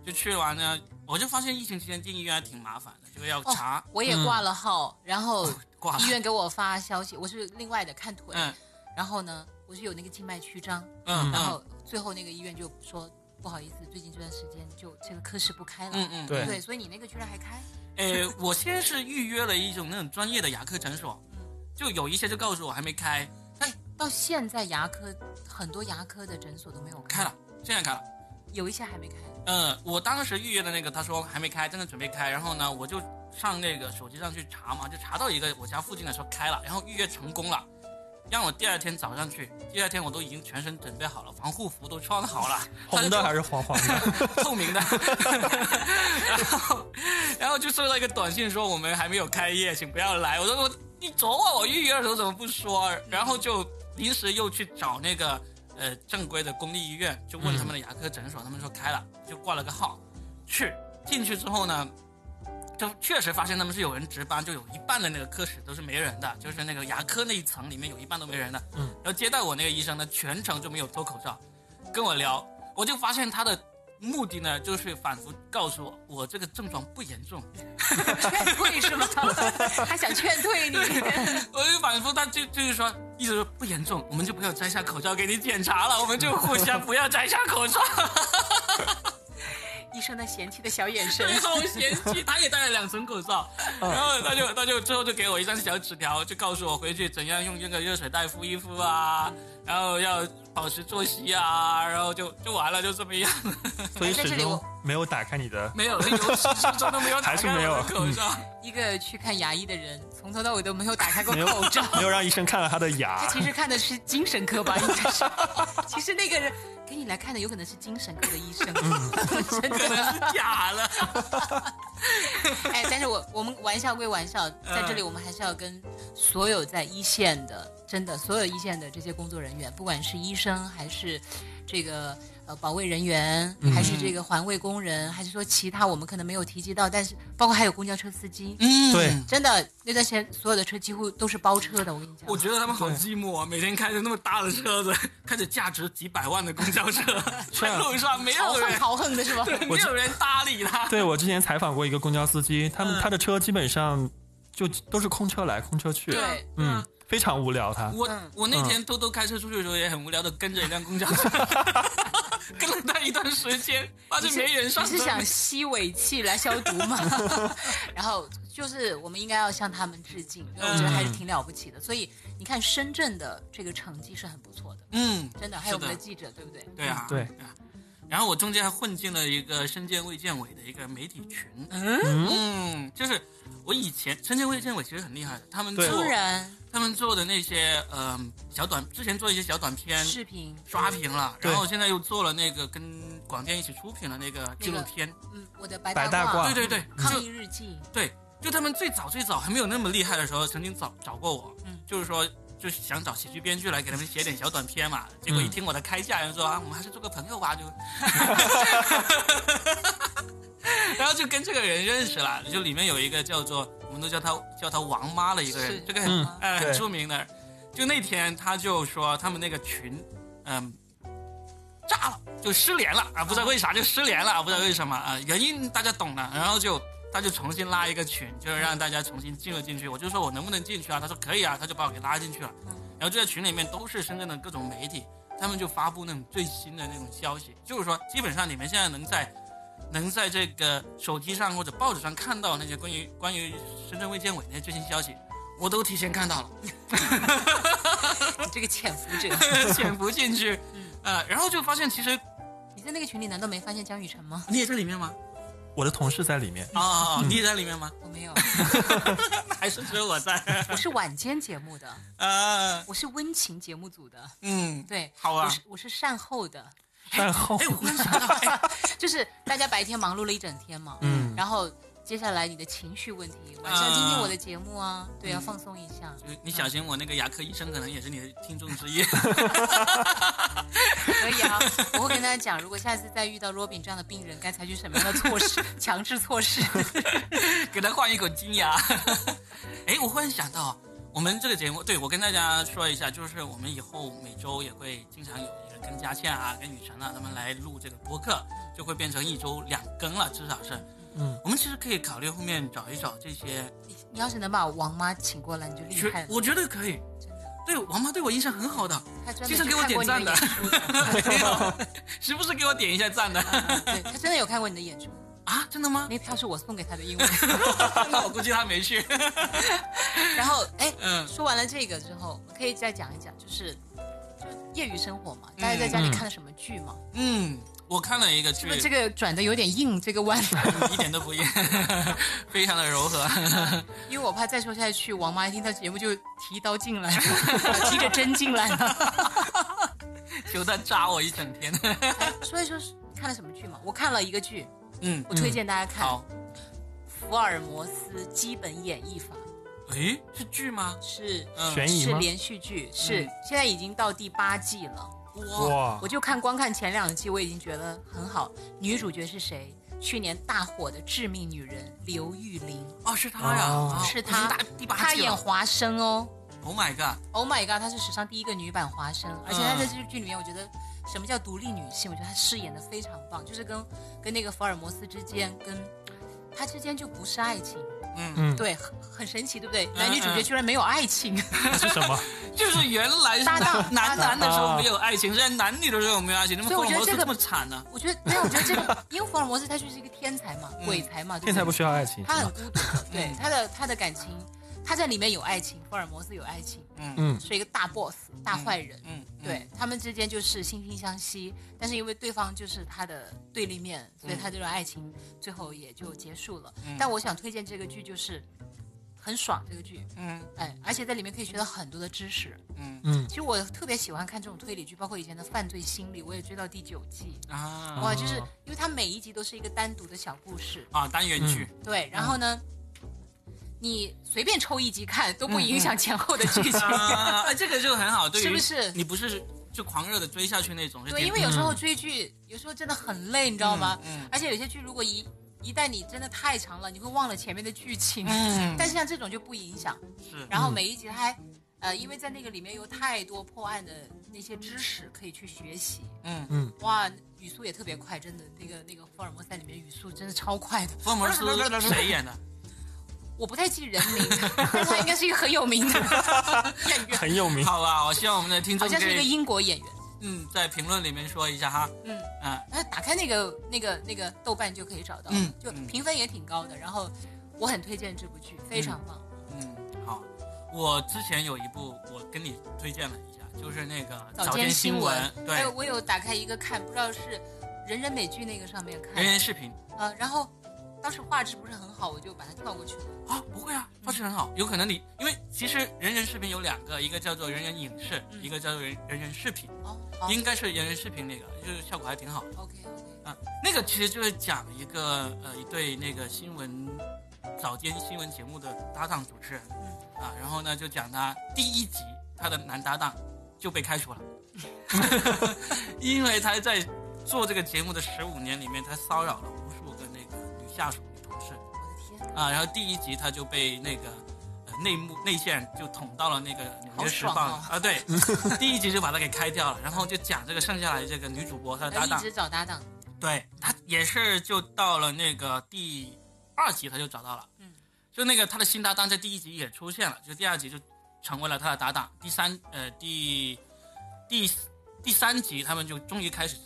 Speaker 2: 就去完呢，我就发现疫情期间进医院还挺麻烦的，就要查、
Speaker 3: 哦，我也挂了号，然后
Speaker 2: 挂
Speaker 3: 医院给我发消息，我是另外的看腿，
Speaker 2: 嗯
Speaker 3: 然后呢，我是有那个静脉曲张，
Speaker 2: 嗯，
Speaker 3: 然
Speaker 2: 嗯
Speaker 3: 后最后那个医院就说不好意思，最近这段时间就这个科室不开了。
Speaker 2: 嗯嗯，
Speaker 4: 对
Speaker 3: 对，所以你那个居然还开？
Speaker 2: 呃，我先是预约了一种那种专业的牙科诊所，就有一些就告诉我还没开，
Speaker 3: 哎，到现在牙科很多牙科的诊所都没有
Speaker 2: 开了，现在开了。
Speaker 3: 有一些还没开。
Speaker 2: 呃，我当时预约的那个，他说还没开，正在准备开。然后呢，我就上那个手机上去查嘛，就查到一个我家附近的说开了，然后预约成功了，让我第二天早上去。第二天我都已经全身准备好了，防护服都穿好了，
Speaker 4: 红的还是黄黄 的？
Speaker 2: 透明的。然后，然后就收到一个短信说我们还没有开业，请不要来。我说我你昨晚我预约的时候怎么不说？然后就临时又去找那个呃正规的公立医院，就问他们的牙科诊所，他们说开了，就挂了个号去。进去之后呢，就确实发现他们是有人值班，就有一半的那个科室都是没人的，就是那个牙科那一层里面有一半都没人的。
Speaker 4: 嗯，
Speaker 2: 然后接待我那个医生呢，全程就没有脱口罩，跟我聊，我就发现他的目的呢，就是反复告诉我，我这个症状不严重。
Speaker 3: 劝退 是吗？他想劝退你。
Speaker 2: 我就反复，他就就是说，意思说不严重，我们就不要摘下口罩给你检查了，我们就互相不要摘下口 罩。
Speaker 3: 医生那嫌弃的小眼神
Speaker 2: 对，，好嫌弃，他也戴了两层口 罩，然后他就他就最后就给我一张小纸条，就告诉我回去怎样用那个热水袋敷一敷啊，然后要保持作息啊，然后就就完了，就这么样，
Speaker 4: 所以
Speaker 3: 哎在这
Speaker 4: 始
Speaker 3: 里
Speaker 4: 终
Speaker 3: 我
Speaker 4: 没有打开你的。
Speaker 2: 没有，由始至终都没有打
Speaker 4: 还是
Speaker 2: 开
Speaker 4: 没有
Speaker 2: 我的口 罩。
Speaker 3: 一个去看牙医的人，从头到尾都没有打开过
Speaker 4: 没有
Speaker 3: 口罩。
Speaker 4: 没有让医生看到他的
Speaker 3: 他，
Speaker 4: 牙
Speaker 3: 其实看的是精神科吧，应该 是。其实那个人给你来看的有可能是精神科的医生，
Speaker 4: 嗯
Speaker 3: 真
Speaker 2: 可能
Speaker 3: 的。
Speaker 2: 是假的，
Speaker 3: 哎，但是我我们玩笑归玩笑，在
Speaker 2: 嗯
Speaker 3: 这里我们还是要跟所有在一线的，真的所有一线的这些工作人员，不管是医生还是这个呃保卫人员，还
Speaker 2: 嗯
Speaker 3: 是这个环卫工人，还是说其他我们可能没有提及到，但是包括还有公交车司机，
Speaker 2: 嗯
Speaker 4: 对
Speaker 3: 真的那段时间所有的车几乎都是包车的，我跟你讲。
Speaker 2: 我觉得他们好寂寞啊，每天开着那么大的车 子，开着价值几百万的公交车，
Speaker 3: 啊
Speaker 2: 在路上没
Speaker 3: 豪
Speaker 2: 有
Speaker 3: 横
Speaker 2: 人，
Speaker 3: 豪横的 是吧？
Speaker 2: 没有人搭理他。
Speaker 4: 对我之前采访过一个公交司机，他们、
Speaker 2: 嗯
Speaker 4: 他的车基本上就都是空车来空车去，
Speaker 3: 对
Speaker 4: 嗯，非常无聊他。
Speaker 2: 我
Speaker 3: 嗯
Speaker 2: 我那天偷偷开车出去的时候也很无聊的跟着一辆公交 车， 跟了他一段时间，发现没人上
Speaker 3: 你
Speaker 2: 车。
Speaker 3: 是想吸尾气来消毒 吗？ 然后就是我们应该要向他们致敬，因为我觉得
Speaker 2: 嗯
Speaker 3: 还是挺了不起的。所以你看深圳的这个成绩是很不错的，
Speaker 2: 嗯，
Speaker 3: 真的。还有我们的
Speaker 2: 是的
Speaker 3: 记者，对不对？
Speaker 2: 对啊，
Speaker 4: 对
Speaker 2: 啊。然后我中间还混进了一个深圳卫健委的一个媒体群，嗯，就是我以前深圳卫健委其实很厉害的，他们
Speaker 4: 对
Speaker 2: 做
Speaker 3: 当然
Speaker 2: 他们做的那些嗯、呃小短，之前做一些小短片
Speaker 3: 视频，
Speaker 2: 嗯刷屏了，
Speaker 4: 对
Speaker 2: 然后现在又做了那个跟广电一起出品的那个纪录片，
Speaker 3: 嗯，我的白
Speaker 4: 白
Speaker 3: 大
Speaker 4: 大
Speaker 2: 对
Speaker 4: 褂
Speaker 2: 对对，就
Speaker 3: 抗议日记，
Speaker 2: 对，就他们最早最早还没有那么厉害的时候，曾经找找过我，
Speaker 3: 嗯
Speaker 2: 就是说就是想找喜剧编剧来给他们写点小短片嘛。结果一听我的开价，人说啊，我们还是做个朋友吧，就，然后就跟这个人认识了，就里面有一个叫做我们都叫他叫他王妈的一个
Speaker 3: 是
Speaker 2: 人，这个很
Speaker 4: 嗯
Speaker 2: 哎，很
Speaker 4: 对
Speaker 2: 著名的。就那天他就说他们那个群，嗯，炸了，就失联了啊，不知道为啥就失联了，不知道为什么啊，原因大家懂了，然后就。他就重新拉一个群，就是让大家重新进入进去。我就说我能不能进去啊？他说可以啊，他就把我给拉进去了。然后就在群里面都是深圳的各种媒体，他们就发布那种最新的那种消息，就是说基本上你们现在能在能在这个手机上或者报纸上看到那些关于关于深圳卫健委那些最新消息，我都提前看到 了。
Speaker 3: 你这个潜伏者，
Speaker 2: 潜伏进去，呃，然后就发现其实
Speaker 3: 你在那个群里难道没发现江雨晨吗？
Speaker 2: 你也在里面吗？
Speaker 4: 我的同事在里面，
Speaker 2: 啊、哦，你也在里面 吗？
Speaker 3: 我没有，
Speaker 2: 还是只有我 在？
Speaker 3: 我是晚间节目的，
Speaker 2: 呃，
Speaker 3: 我是温情节目组的，
Speaker 2: 嗯，
Speaker 3: 对，
Speaker 2: 好啊
Speaker 3: 我是我是善后的，
Speaker 4: 善后
Speaker 2: 哎，我忽然想到，哎，
Speaker 3: 就是大家白天忙碌了一整天嘛，
Speaker 4: 嗯
Speaker 3: 然后接下来你的情绪问题，晚上听听我的节目啊，对啊，
Speaker 2: 嗯
Speaker 3: 放松一下。
Speaker 2: 就你小心我那个牙科医生可能也是你的听众之 一。
Speaker 3: 可 以啊，我会跟大家讲，如果下次再遇到 Robin 这样的病人，该采取什么样的措施， 强制措施。
Speaker 2: 给他换一口金牙。 哎，我忽然想到，我们这个节目，对我跟大家说一下，就是我们以后每周也会经常有一个跟佳倩啊、跟雨辰啊他们来录这个播客，就会变成一周两更了，至少是。
Speaker 4: 嗯，
Speaker 2: 我们其实可以考虑后面找一找这些
Speaker 3: 你你要是能把王妈请过来，你就厉害
Speaker 2: 学，
Speaker 3: 了。
Speaker 2: 我觉得可以。对，王妈对我印象很好的，
Speaker 3: 她专
Speaker 2: 经
Speaker 3: 门
Speaker 2: 常
Speaker 3: 去
Speaker 2: 给我点
Speaker 3: 看过
Speaker 2: 赞
Speaker 3: 你
Speaker 2: 的
Speaker 3: 的演出的，
Speaker 2: 没有，时不时给我点一下赞的
Speaker 3: 嗯对她真的有看过你的演出，
Speaker 2: 啊？真的吗？
Speaker 3: 那票是我送给她的，因为。
Speaker 2: 那我估计他没去。
Speaker 3: 然后哎，
Speaker 2: 嗯
Speaker 3: 说完了这个之后，我可以再讲一讲，就是就业余生活嘛，大家在家里看了什么剧嘛？
Speaker 2: 嗯，我看了一个剧，
Speaker 3: 是不是这个转的有点硬这个弯？
Speaker 2: 一点都不硬，非常的柔和。
Speaker 3: 因为我怕再说下去，王妈一听到节目就提刀进 来了，提着针进来了。
Speaker 2: 就在扎我一整天。
Speaker 3: 哎，说一说看了什么剧嘛？我看了一个剧，
Speaker 2: 嗯，
Speaker 3: 我推荐大家看《
Speaker 2: 好。
Speaker 3: 福尔摩斯基本演绎法
Speaker 2: 诶，是剧吗》？
Speaker 3: 是，
Speaker 2: 嗯
Speaker 4: 悬疑
Speaker 3: 是
Speaker 4: 吗？
Speaker 3: 连续剧，是、
Speaker 2: 嗯
Speaker 3: 现在已经到第八季了。
Speaker 2: 哇，
Speaker 4: 哇
Speaker 3: 我，就看光看前两季，我已经觉得很好。女主角是谁？去年大火的《致命女人》刘玉玲，
Speaker 2: 哦，是他呀，
Speaker 4: 哦
Speaker 2: 啊
Speaker 3: 是他
Speaker 2: 我已经大第八
Speaker 3: 她
Speaker 2: 季
Speaker 3: 演
Speaker 2: 了。
Speaker 3: 华生哦。
Speaker 2: Oh my god！
Speaker 3: Oh my god，她是史上第一个女版华生，而且她
Speaker 2: 嗯
Speaker 3: 在这个剧里面，我觉得什么叫独立女性，我觉得她饰演的非常棒，就是跟跟那个福尔摩斯之间，跟她之间就不是爱情，
Speaker 2: 嗯，
Speaker 4: 嗯，
Speaker 3: 对，很很神奇，对不对？
Speaker 2: 嗯
Speaker 3: 男女主角居然没有爱情，
Speaker 4: 这是什么？
Speaker 2: 就是原来是
Speaker 3: 搭档
Speaker 2: 男男
Speaker 3: 搭
Speaker 2: 男
Speaker 3: 档
Speaker 2: 的时候没有爱情，现在男女的时候没有爱情，那么
Speaker 3: 所以
Speaker 2: 福
Speaker 3: 我
Speaker 2: 尔
Speaker 3: 觉
Speaker 2: 摩
Speaker 3: 得
Speaker 2: 斯
Speaker 3: 这
Speaker 2: 这
Speaker 3: 个
Speaker 2: 么惨呢？
Speaker 3: 我觉得，但我觉得这个，因为福尔摩斯他就是一个天才嘛，
Speaker 2: 嗯
Speaker 3: 鬼才嘛，对
Speaker 4: 天才
Speaker 3: 不
Speaker 4: 不
Speaker 3: 对？
Speaker 4: 需要爱情，
Speaker 3: 他
Speaker 4: 是
Speaker 3: 很
Speaker 4: 吗
Speaker 3: 孤独， 对
Speaker 2: 嗯
Speaker 3: 他的他的感情，他在里面有爱情，福尔摩斯有爱情，
Speaker 2: 嗯
Speaker 4: 嗯
Speaker 3: 是一个大 boss 大坏人，
Speaker 2: 嗯，
Speaker 3: 对他们之间就是惺惺相惜，但是因为对方就是他的对立面，所以他这段爱情最后也就结束了。
Speaker 2: 嗯
Speaker 3: 但我想推荐这个剧，就是很爽这个剧，
Speaker 2: 嗯
Speaker 3: 哎，而且在里面可以学到很多的知识。
Speaker 2: 嗯
Speaker 4: 嗯
Speaker 3: 其实我特别喜欢看这种推理剧，包括以前的《犯罪心理》，我也追到第九季。
Speaker 2: 嗯啊
Speaker 3: 哇，就是因为它每一集都是一个单独的小故事，
Speaker 2: 啊，单元剧
Speaker 3: 对，然后呢，
Speaker 2: 嗯
Speaker 3: 你随便抽一集看都不影响前后的剧情，
Speaker 2: 啊，哎这个就很好，嗯 对于
Speaker 3: 是不是
Speaker 2: 你不是就狂热的追下去那种，就
Speaker 3: 对，因为有时
Speaker 2: 嗯
Speaker 3: 候追剧，有时候真的很累，你知道吗？
Speaker 2: 嗯嗯
Speaker 3: 而且有些剧如果一一旦你真的太长了，你会忘了前面的剧情。
Speaker 2: 嗯，
Speaker 3: 但是像这种就不影响。
Speaker 2: 是
Speaker 3: 然后每一集它还，呃，因为在那个里面有太多破案的那些知识可以去学习。
Speaker 2: 嗯，
Speaker 4: 嗯，
Speaker 3: 哇，语速也特别快，真的，那个那个福尔摩斯在里面语速真的超快的。
Speaker 2: 福尔摩斯谁演的？
Speaker 3: 我不太记人名， 但他应该是一个很有名的演 员，
Speaker 4: 很有名。
Speaker 2: 好吧，我希望我们的听
Speaker 3: 好
Speaker 2: 众
Speaker 3: 像
Speaker 2: 可
Speaker 3: 是一个
Speaker 2: 以
Speaker 3: 英国演员。
Speaker 2: 嗯在评论里面说一下哈，
Speaker 3: 嗯。
Speaker 2: 嗯。
Speaker 3: 那打开那个那个那个豆瓣就可以找到，
Speaker 2: 嗯
Speaker 3: 就
Speaker 2: 嗯
Speaker 3: 评分也挺高的。然后我很推荐这部剧，非常棒。
Speaker 2: 嗯，好，我之前有一部我跟你推荐了一下，就是那个《
Speaker 3: 间
Speaker 2: 间新闻》
Speaker 3: 还有
Speaker 2: 对，
Speaker 3: 我有打开一个看，不知道是人人美剧那个上面看
Speaker 2: 人人视频
Speaker 3: 啊、然后当时画质不是很好，我就把它跳过去了。
Speaker 2: 啊，不会啊，画质很好，有可能你因为其实人人视频有两个，一个叫做人人影视，
Speaker 3: 嗯
Speaker 2: 一个叫做人人人视频，
Speaker 3: 哦，好
Speaker 2: 应该是人人视频那个，就是效果还挺好的
Speaker 3: ，OK OK，
Speaker 2: 啊。那个其实就是讲一个呃一对那个新闻早间新闻节目的搭档主持人
Speaker 3: 嗯
Speaker 2: 啊，然后呢就讲他第一集他的男搭档就被开除了。 因为他在做这个节目的十五年里面，他骚扰了无数个那个女下属、女同事
Speaker 3: 我的天，
Speaker 2: 啊。然后第一集他就被那个、呃、内幕内线就捅到了那个《纽
Speaker 3: 好
Speaker 2: 约时
Speaker 3: 爽
Speaker 2: 报》
Speaker 3: 哦
Speaker 2: 啊，对，第一集就把它给开掉了，然后就讲这个剩下来这个女主播她 的搭
Speaker 3: 呃一
Speaker 2: 档，
Speaker 3: 直找搭档，
Speaker 2: 对她也是就到了那个第二集她就找到了，
Speaker 3: 嗯
Speaker 2: 嗯，就那个她的新搭档在第一集也出现了，就第二集就成为了她的搭档，第三呃第第第三集他们就终于开始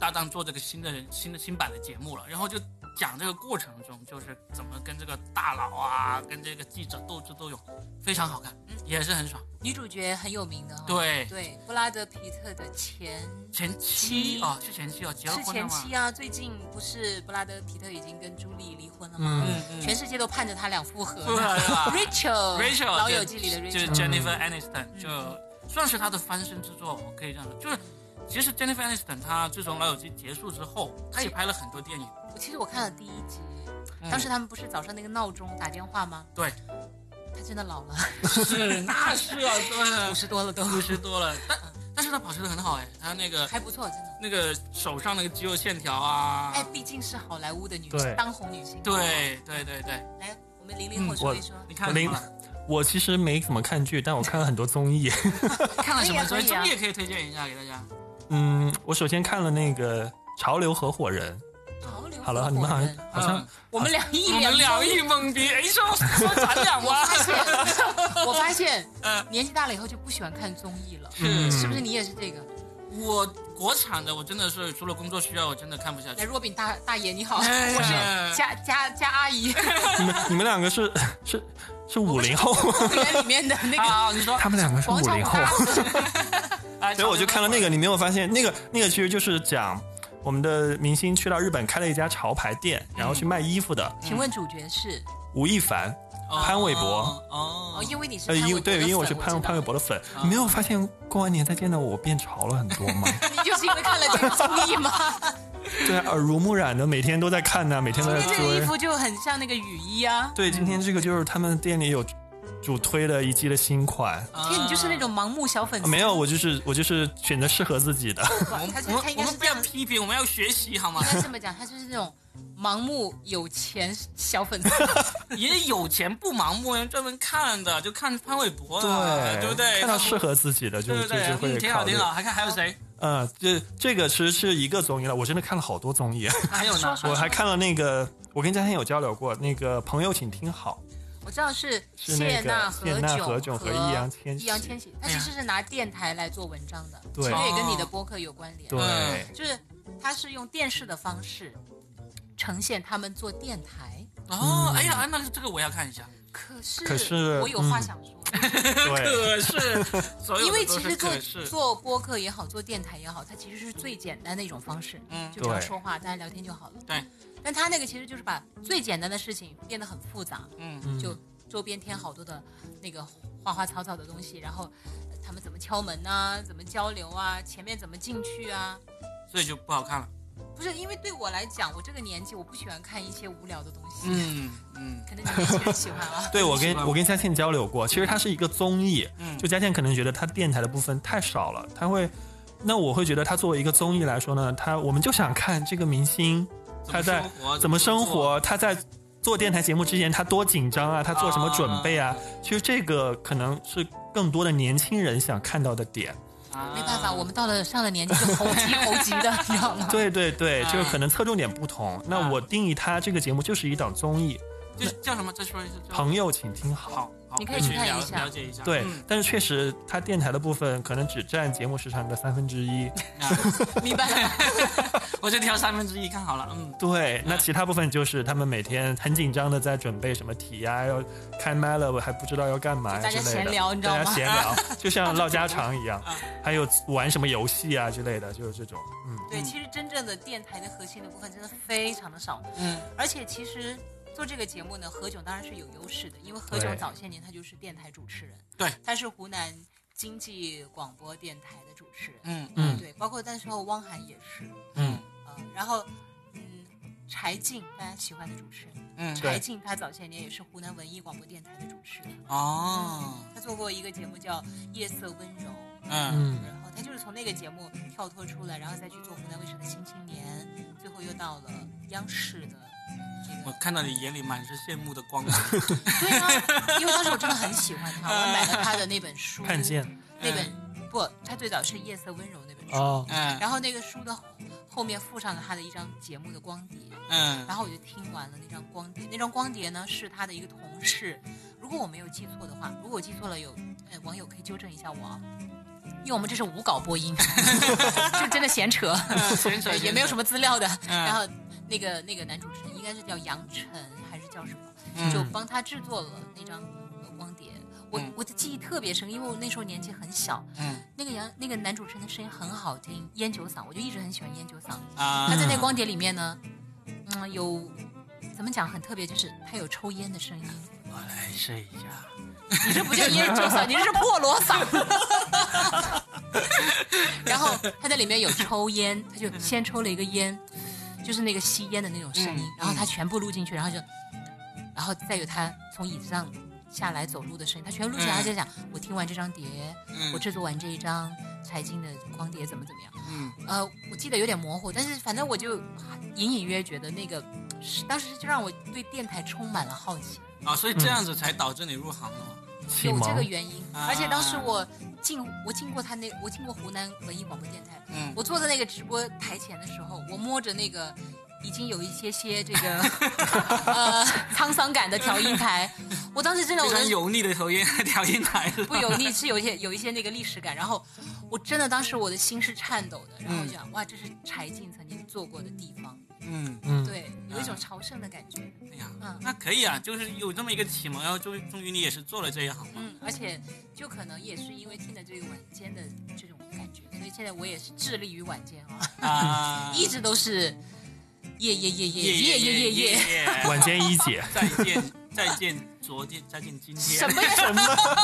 Speaker 2: 搭档做这个新的人新的新版的节目了，然后就讲这个过程中就是怎么跟这个大佬啊，跟这个记者斗智斗勇，非常好看，
Speaker 3: 嗯
Speaker 2: 也是很爽。
Speaker 3: 女主角很有名的、哦，
Speaker 2: 对，
Speaker 3: 对，布拉德皮特的前
Speaker 2: 前
Speaker 3: 妻
Speaker 2: 妻哦，是前妻哦，结了
Speaker 3: 是
Speaker 2: 婚了
Speaker 3: 前
Speaker 2: 吗？
Speaker 3: 妻啊，最近不是布拉德皮特已经跟朱莉离婚了吗？
Speaker 4: 嗯，
Speaker 2: 嗯嗯，
Speaker 3: 全世界都盼着他俩复合
Speaker 2: 对
Speaker 3: 呢。
Speaker 2: 吧
Speaker 3: Rachel，
Speaker 2: ？Rachel
Speaker 3: 老友
Speaker 2: 就
Speaker 3: 记里的
Speaker 2: 就是
Speaker 3: Rachel，
Speaker 2: Jennifer Aniston，
Speaker 3: 嗯
Speaker 2: 就算是她的翻身之作，我可以这样说，就是。其实 Jennifer Aniston 她自从《老友记》结束之后，她也拍了很多电影。
Speaker 3: 我其实我看了第一集，
Speaker 2: 嗯
Speaker 3: 当时他们不是早上那个闹钟打电话吗？
Speaker 2: 对，
Speaker 3: 他真的老了，
Speaker 2: 是那是啊，对
Speaker 3: 五，十多了都，
Speaker 2: 五十多了，但但是她保持的很好哎，她那个
Speaker 3: 还不错，真的。
Speaker 2: 那个手上那个肌肉线条啊，
Speaker 3: 哎，毕竟是好莱坞的女
Speaker 4: 对
Speaker 3: 当红女星。，
Speaker 2: 对对对对，
Speaker 3: 来，我们零零后
Speaker 4: 嗯
Speaker 3: 说
Speaker 4: 我
Speaker 3: 一说，
Speaker 2: 你看
Speaker 4: 我零
Speaker 2: 什么
Speaker 4: 我其实没怎么看剧，但我看了很多综艺。
Speaker 2: 看了什么？所
Speaker 3: 可以
Speaker 2: 以
Speaker 3: 啊
Speaker 2: 综艺也可以推荐一下给大家。
Speaker 4: 嗯，我首先看了那个《潮流合伙人
Speaker 3: 潮流》。
Speaker 4: 好了，
Speaker 3: 合
Speaker 4: 你
Speaker 3: 伙
Speaker 4: 们好
Speaker 3: 人
Speaker 4: 像好像
Speaker 2: 嗯
Speaker 3: 我们俩一
Speaker 2: 我
Speaker 3: 脸
Speaker 2: 们两
Speaker 3: 懵
Speaker 2: 亿懵逼，哎，说说咱俩
Speaker 3: 我
Speaker 2: 吧，
Speaker 3: 发现，我发现
Speaker 2: 嗯，
Speaker 3: 年纪大了以后就不喜欢看综艺了，
Speaker 2: 是
Speaker 3: 是不是？你也是这个？
Speaker 2: 我国产的，我真的是除了工作需要，我真的看不下
Speaker 3: 来，
Speaker 2: 去。
Speaker 3: 若饼哎大大爷你好，
Speaker 2: 哎
Speaker 3: 我
Speaker 2: 呀
Speaker 3: 是佳佳佳阿姨，
Speaker 4: 你们你们两个是 是是五零后，
Speaker 3: 公园里面的那个
Speaker 2: 啊，你说
Speaker 4: 他们两个是五
Speaker 3: 广场
Speaker 4: 零
Speaker 3: 舞
Speaker 4: 后
Speaker 3: 大，师，
Speaker 2: 哎
Speaker 4: 所以我就看了那个，你没有发现那个那个其实就是讲我们的明星去到日本开了一家潮牌店，然后去
Speaker 2: 嗯
Speaker 4: 卖衣服的，
Speaker 3: 请问主角是？
Speaker 4: 吴亦凡，
Speaker 2: 哦
Speaker 4: 潘玮柏
Speaker 2: 哦
Speaker 3: 哦，，因为你是
Speaker 4: 呃，
Speaker 3: 潘玮
Speaker 4: 因
Speaker 3: 柏
Speaker 4: 对，
Speaker 3: 的
Speaker 4: 因为我
Speaker 3: 粉
Speaker 4: 是潘潘玮，柏的粉，
Speaker 2: 啊
Speaker 4: 你没有发现过完年再见的我变潮了很多吗？
Speaker 3: 知道你就是因为看了这个综艺吗？
Speaker 4: 对啊，耳濡目染的，每天都在看呐、每天
Speaker 3: 今
Speaker 4: 都在
Speaker 3: 天这个衣
Speaker 4: 追。
Speaker 3: 服就很像那个雨衣啊。
Speaker 4: 对，今天这个就是他们店里有主推了一季的新款。
Speaker 2: 啊
Speaker 3: 天，你就是那。种盲目小
Speaker 2: 嗯
Speaker 3: 粉丝，
Speaker 4: 啊没有，我就是我就是选择适合自己的。
Speaker 2: 我们
Speaker 3: 他是
Speaker 2: 哦我
Speaker 3: 他
Speaker 2: 们
Speaker 3: 应
Speaker 2: 我
Speaker 3: 该
Speaker 2: 们
Speaker 3: 是
Speaker 2: 不
Speaker 3: 这
Speaker 2: 要
Speaker 3: 样，
Speaker 2: 批评，我们要学习好 吗
Speaker 3: 应？该这么讲，他就是那种盲目有钱小粉丝。
Speaker 2: 也有钱不盲目，人专门看的，就看潘玮柏的， 对不对？
Speaker 4: 看到适合自己的就
Speaker 2: 对不
Speaker 4: 就就
Speaker 2: 对？
Speaker 4: 会
Speaker 2: 嗯，挺
Speaker 4: 考
Speaker 2: 好，
Speaker 4: 虑
Speaker 2: 挺。好。还看还有谁？
Speaker 4: 嗯，这这个其实是一个综艺了，我真的看了好多综艺。
Speaker 2: 还有呢？
Speaker 4: 我还看了那个，我跟嘉欣有交流过，那个朋友请听好，
Speaker 3: 我知道是
Speaker 4: 是那
Speaker 3: 谢
Speaker 4: 个
Speaker 3: 娜、
Speaker 4: 谢娜、何炅
Speaker 3: 炅
Speaker 4: 和
Speaker 3: 易
Speaker 4: 易烊千玺。
Speaker 3: 烊千玺，他其实是拿电台来做文章的，
Speaker 4: 对
Speaker 3: 其实也跟你的播客有关联。
Speaker 4: 对，
Speaker 2: 嗯
Speaker 3: 就是他是用电视的方式呈现他们做电台，
Speaker 2: 哦，哎呀，那这个我要看一下。
Speaker 3: 可是
Speaker 4: 可是
Speaker 3: 我有话
Speaker 4: 嗯
Speaker 3: 想说，
Speaker 4: 对，
Speaker 2: 可是，所有的
Speaker 3: 因为
Speaker 2: 都
Speaker 3: 其
Speaker 2: 是
Speaker 3: 实做
Speaker 2: 可是
Speaker 3: 做播客也好，做电台也好，它其实是最简单的一种方式，
Speaker 2: 嗯
Speaker 3: 就只要
Speaker 4: 对
Speaker 3: 说话，大家聊天就好了。
Speaker 2: 对，
Speaker 3: 但他那个其实就是把最简单的事情变得很复杂，
Speaker 2: 嗯，
Speaker 4: 嗯。
Speaker 3: 就周边添好多的那个花花草草的东西，然后呃他们怎么敲门啊，怎么交流啊，前面怎么进去啊？
Speaker 2: 所以就不好看了。
Speaker 3: 不是，因为对我来讲，我这个年纪我不喜欢看一些无聊的东西，
Speaker 2: 嗯嗯
Speaker 3: 可能你年轻人喜欢啊
Speaker 4: 对我跟
Speaker 2: 是吧
Speaker 4: 我跟嘉倩交流过，其实它是一个综艺，
Speaker 2: 嗯，
Speaker 4: 就嘉倩可能觉得她电台的部分太少了，她会，那我会觉得她作为一个综艺来说呢，她我们就想看这个明星他在
Speaker 2: 啊怎么生活
Speaker 4: 怎么生
Speaker 2: 做，
Speaker 4: 活，她在做电台节目之前她多紧张啊，她做什么准备啊，其实这个可能是更多的年轻人想看到的点。
Speaker 2: 啊
Speaker 3: 没办法，我们到了上了年纪就猴急猴急的，你知道吗？
Speaker 4: 对对对，
Speaker 2: 啊
Speaker 4: 就是可能侧重点不同。那我定义它这个节目就是一档综艺，
Speaker 2: 就是叫什么？再说一
Speaker 3: 嗯
Speaker 2: 次。叫
Speaker 4: 朋友请听好。
Speaker 2: 好，好
Speaker 3: 你可以去看
Speaker 2: 了
Speaker 3: 一下
Speaker 2: 了解一下。
Speaker 4: 对
Speaker 2: 嗯，
Speaker 4: 但是确实，它电台的部分可能只占节目时长的三分之 一。
Speaker 2: 啊
Speaker 3: 明白了。
Speaker 2: 我就挑三分之一看好了。嗯，
Speaker 4: 对，那其他部分就是他们每天很紧张的在准备什么题呀、要开麦了，我还不知道要干嘛呀
Speaker 3: 大
Speaker 4: 之
Speaker 3: 家
Speaker 4: 类的。
Speaker 3: 闲聊你知道吗嗯
Speaker 4: 大家闲 聊，就像唠家常一样，还有玩什么游戏啊之类的，就是这种。嗯，
Speaker 3: 对，
Speaker 2: 嗯
Speaker 3: 其实真正的电台的核心的部分真的非常的少，
Speaker 2: 嗯，
Speaker 3: 而且其实做这个节目呢，何炅当然是有优势的，因为何炅
Speaker 4: 对
Speaker 3: 早些年他就是电台主持人，
Speaker 2: 对，
Speaker 3: 他是湖南经济广播电台的主持人，
Speaker 2: 嗯
Speaker 4: 嗯
Speaker 3: 对，包括那时候汪涵也是，
Speaker 2: 嗯
Speaker 3: 呃，然后嗯，柴静大家喜欢的主持人，
Speaker 2: 嗯，
Speaker 4: 对
Speaker 3: 柴静她早些年也是湖南文艺广播电台的主持人，
Speaker 2: 哦，
Speaker 3: 她做过一个节目叫《夜色温柔》。
Speaker 2: 嗯
Speaker 4: 嗯
Speaker 3: 然后他就是从那个节目跳脱出来，然后再去做湖南卫视的《新青年》，最后又到了央视的
Speaker 2: 我看到你眼里满是羡慕的光芒。
Speaker 3: 对啊，因为当时我真的很喜欢他，我还买了他的那本书，
Speaker 4: 看见 嗯
Speaker 3: 那本不，他最早是《夜色温柔》那本书，
Speaker 4: 哦，
Speaker 2: 嗯
Speaker 3: 然后那个书的后面附上了他的一张节目的光碟，
Speaker 2: 嗯
Speaker 3: 然后我就听完了那张光碟。那张光碟呢是他的一个同事，如果我没有记错的话，如果我记错了有呃网友可以纠正一下我啊，因为我们这是无稿播音， 就真的闲扯，
Speaker 2: 嗯，选 手
Speaker 3: 也没有什
Speaker 2: 么，
Speaker 3: 么资料的。
Speaker 2: 嗯
Speaker 3: 然后那个那个男主持人应该是叫杨晨还是叫什么，
Speaker 2: 嗯
Speaker 3: 就帮他制作了那张呃光碟。我
Speaker 2: 嗯
Speaker 3: 我的记忆特别深，因为我那时候年纪很小，
Speaker 2: 嗯
Speaker 3: 那个杨那个男主持人的声音很好听，烟酒嗓，我就一直很喜欢烟酒嗓。
Speaker 2: 啊，
Speaker 3: 他在那光碟里面呢，嗯，有怎么讲很特别，就是他有抽烟的声音。
Speaker 2: 我来试一下。
Speaker 3: 你这不叫烟酒嗓，你这是破锣嗓。 然后他在里面有抽烟，他就先抽了一个烟，就是那个吸烟的那种声音
Speaker 2: 嗯，
Speaker 3: 然后他全部录进去，然后就，然后再有他从椅子上下来走路的声音，他全部录下来，他就讲我听完这张碟，
Speaker 2: 嗯
Speaker 3: 我制作完这一张财经的光碟怎么怎么样。
Speaker 2: 嗯
Speaker 3: 呃，我记得有点模糊，但是反正我就隐隐约觉得那个，是当时就让我对电台充满了好奇，
Speaker 2: 啊，所以这样子才导致你入行了嘛。
Speaker 4: 启
Speaker 3: 有这个
Speaker 4: 蒙
Speaker 3: 原因。
Speaker 2: 啊
Speaker 3: 而且当时我进我进过他那我进过湖南文艺广播电台，
Speaker 2: 嗯
Speaker 3: 我坐在那个直播台前的时候，我摸着那个已经有一些些这 个呃 沧桑感的调音台， 我当时真的
Speaker 2: 非
Speaker 3: 我的
Speaker 2: 常油腻的头烟调音台 是吧
Speaker 3: 不油腻，是有一些有一些那个历史感。然后我真的当时我的心是颤抖的，然后我就想，哇，这是柴静曾经做过的地方。
Speaker 2: 嗯，
Speaker 4: 嗯，
Speaker 3: 对，有一种朝圣的感觉。
Speaker 2: 哎呀，
Speaker 3: 嗯
Speaker 2: 那可以啊，就是有这么一个启蒙，然后终于终于你也是做了这一 行嘛。
Speaker 3: 嗯，而且就可能也是因为听的这个晚间的这种感觉，所以现在我也是致力于晚间啊，
Speaker 2: 啊，
Speaker 3: 一直都是夜夜夜夜夜夜夜 夜，
Speaker 2: 夜，
Speaker 4: 晚间一姐
Speaker 2: 再见再见昨天，再见今
Speaker 3: 什
Speaker 2: 天，
Speaker 3: 么呀？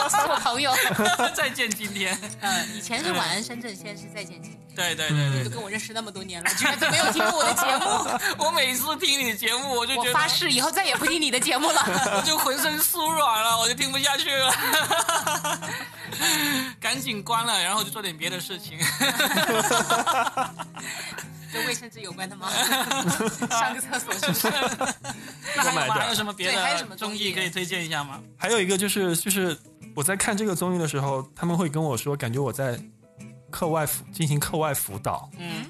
Speaker 3: 什么朋友？
Speaker 2: 再见今天。
Speaker 3: 呃，以前是晚安深圳，现在是再见今天。
Speaker 2: 对对对对
Speaker 3: 就跟我认识那么多年了，居然都没有听过我的节目，
Speaker 2: 对，我每次听你节目， 我就
Speaker 3: 我
Speaker 2: 觉
Speaker 3: 发
Speaker 2: 得
Speaker 3: 誓以后再也不听你的节目了。
Speaker 2: 我就浑身酥软了，我就听不下去 了，赶紧关了，然后就做点别的事情。
Speaker 3: 跟卫生纸有关的吗？上个厕所是不是？
Speaker 2: 那还有
Speaker 4: 买
Speaker 2: 吗？
Speaker 4: 的
Speaker 2: 还有什么别
Speaker 3: 对还有什
Speaker 2: 的
Speaker 3: 么
Speaker 2: 综
Speaker 3: 综
Speaker 2: 艺啊
Speaker 3: 艺
Speaker 2: 可以推荐一下吗？
Speaker 4: 还有一个就是就是我在看这个综艺的时候，他们会跟我说，感觉我在课外辅进行课外辅导，
Speaker 2: 嗯，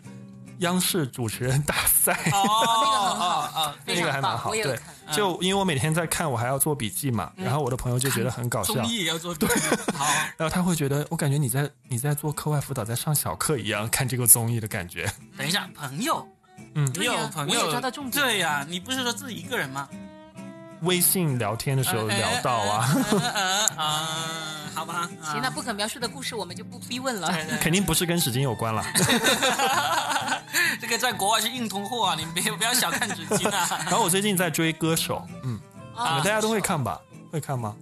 Speaker 4: 央视主持人大赛。
Speaker 2: 哦，
Speaker 3: 那个很好
Speaker 2: 哦哦
Speaker 3: 非
Speaker 4: 那个
Speaker 3: 常
Speaker 4: 还蛮
Speaker 3: 棒，
Speaker 4: 好，
Speaker 3: 我也有
Speaker 4: 对
Speaker 3: 看。，
Speaker 4: 就因为我每天在看，我还要做笔记嘛，然后我的朋友就觉得很搞笑，
Speaker 2: 综艺也要做对，好，
Speaker 4: 然后他会觉得我感觉你在你在做课外辅导，在上小课一样，看这个综艺的感觉。
Speaker 2: 等一下，朋友，
Speaker 4: 嗯
Speaker 2: 你
Speaker 3: 对呀
Speaker 2: 有朋
Speaker 3: 我
Speaker 2: 友
Speaker 3: 有抓到重点
Speaker 2: 对呀，你不是说自己一个人吗？
Speaker 4: 微信聊天的时候聊到啊，
Speaker 2: 呃，呃呃啊，好吧，啊
Speaker 3: 行，那不可描述的故事我们就不逼问了。
Speaker 2: 对对
Speaker 4: 肯定不是跟纸巾有关了。
Speaker 2: 这个在国外是硬通货啊，你别不要小看纸巾啊。
Speaker 4: 然后我最近在追歌手，嗯，
Speaker 3: 啊
Speaker 4: 你们大家都会看吧？会看吗？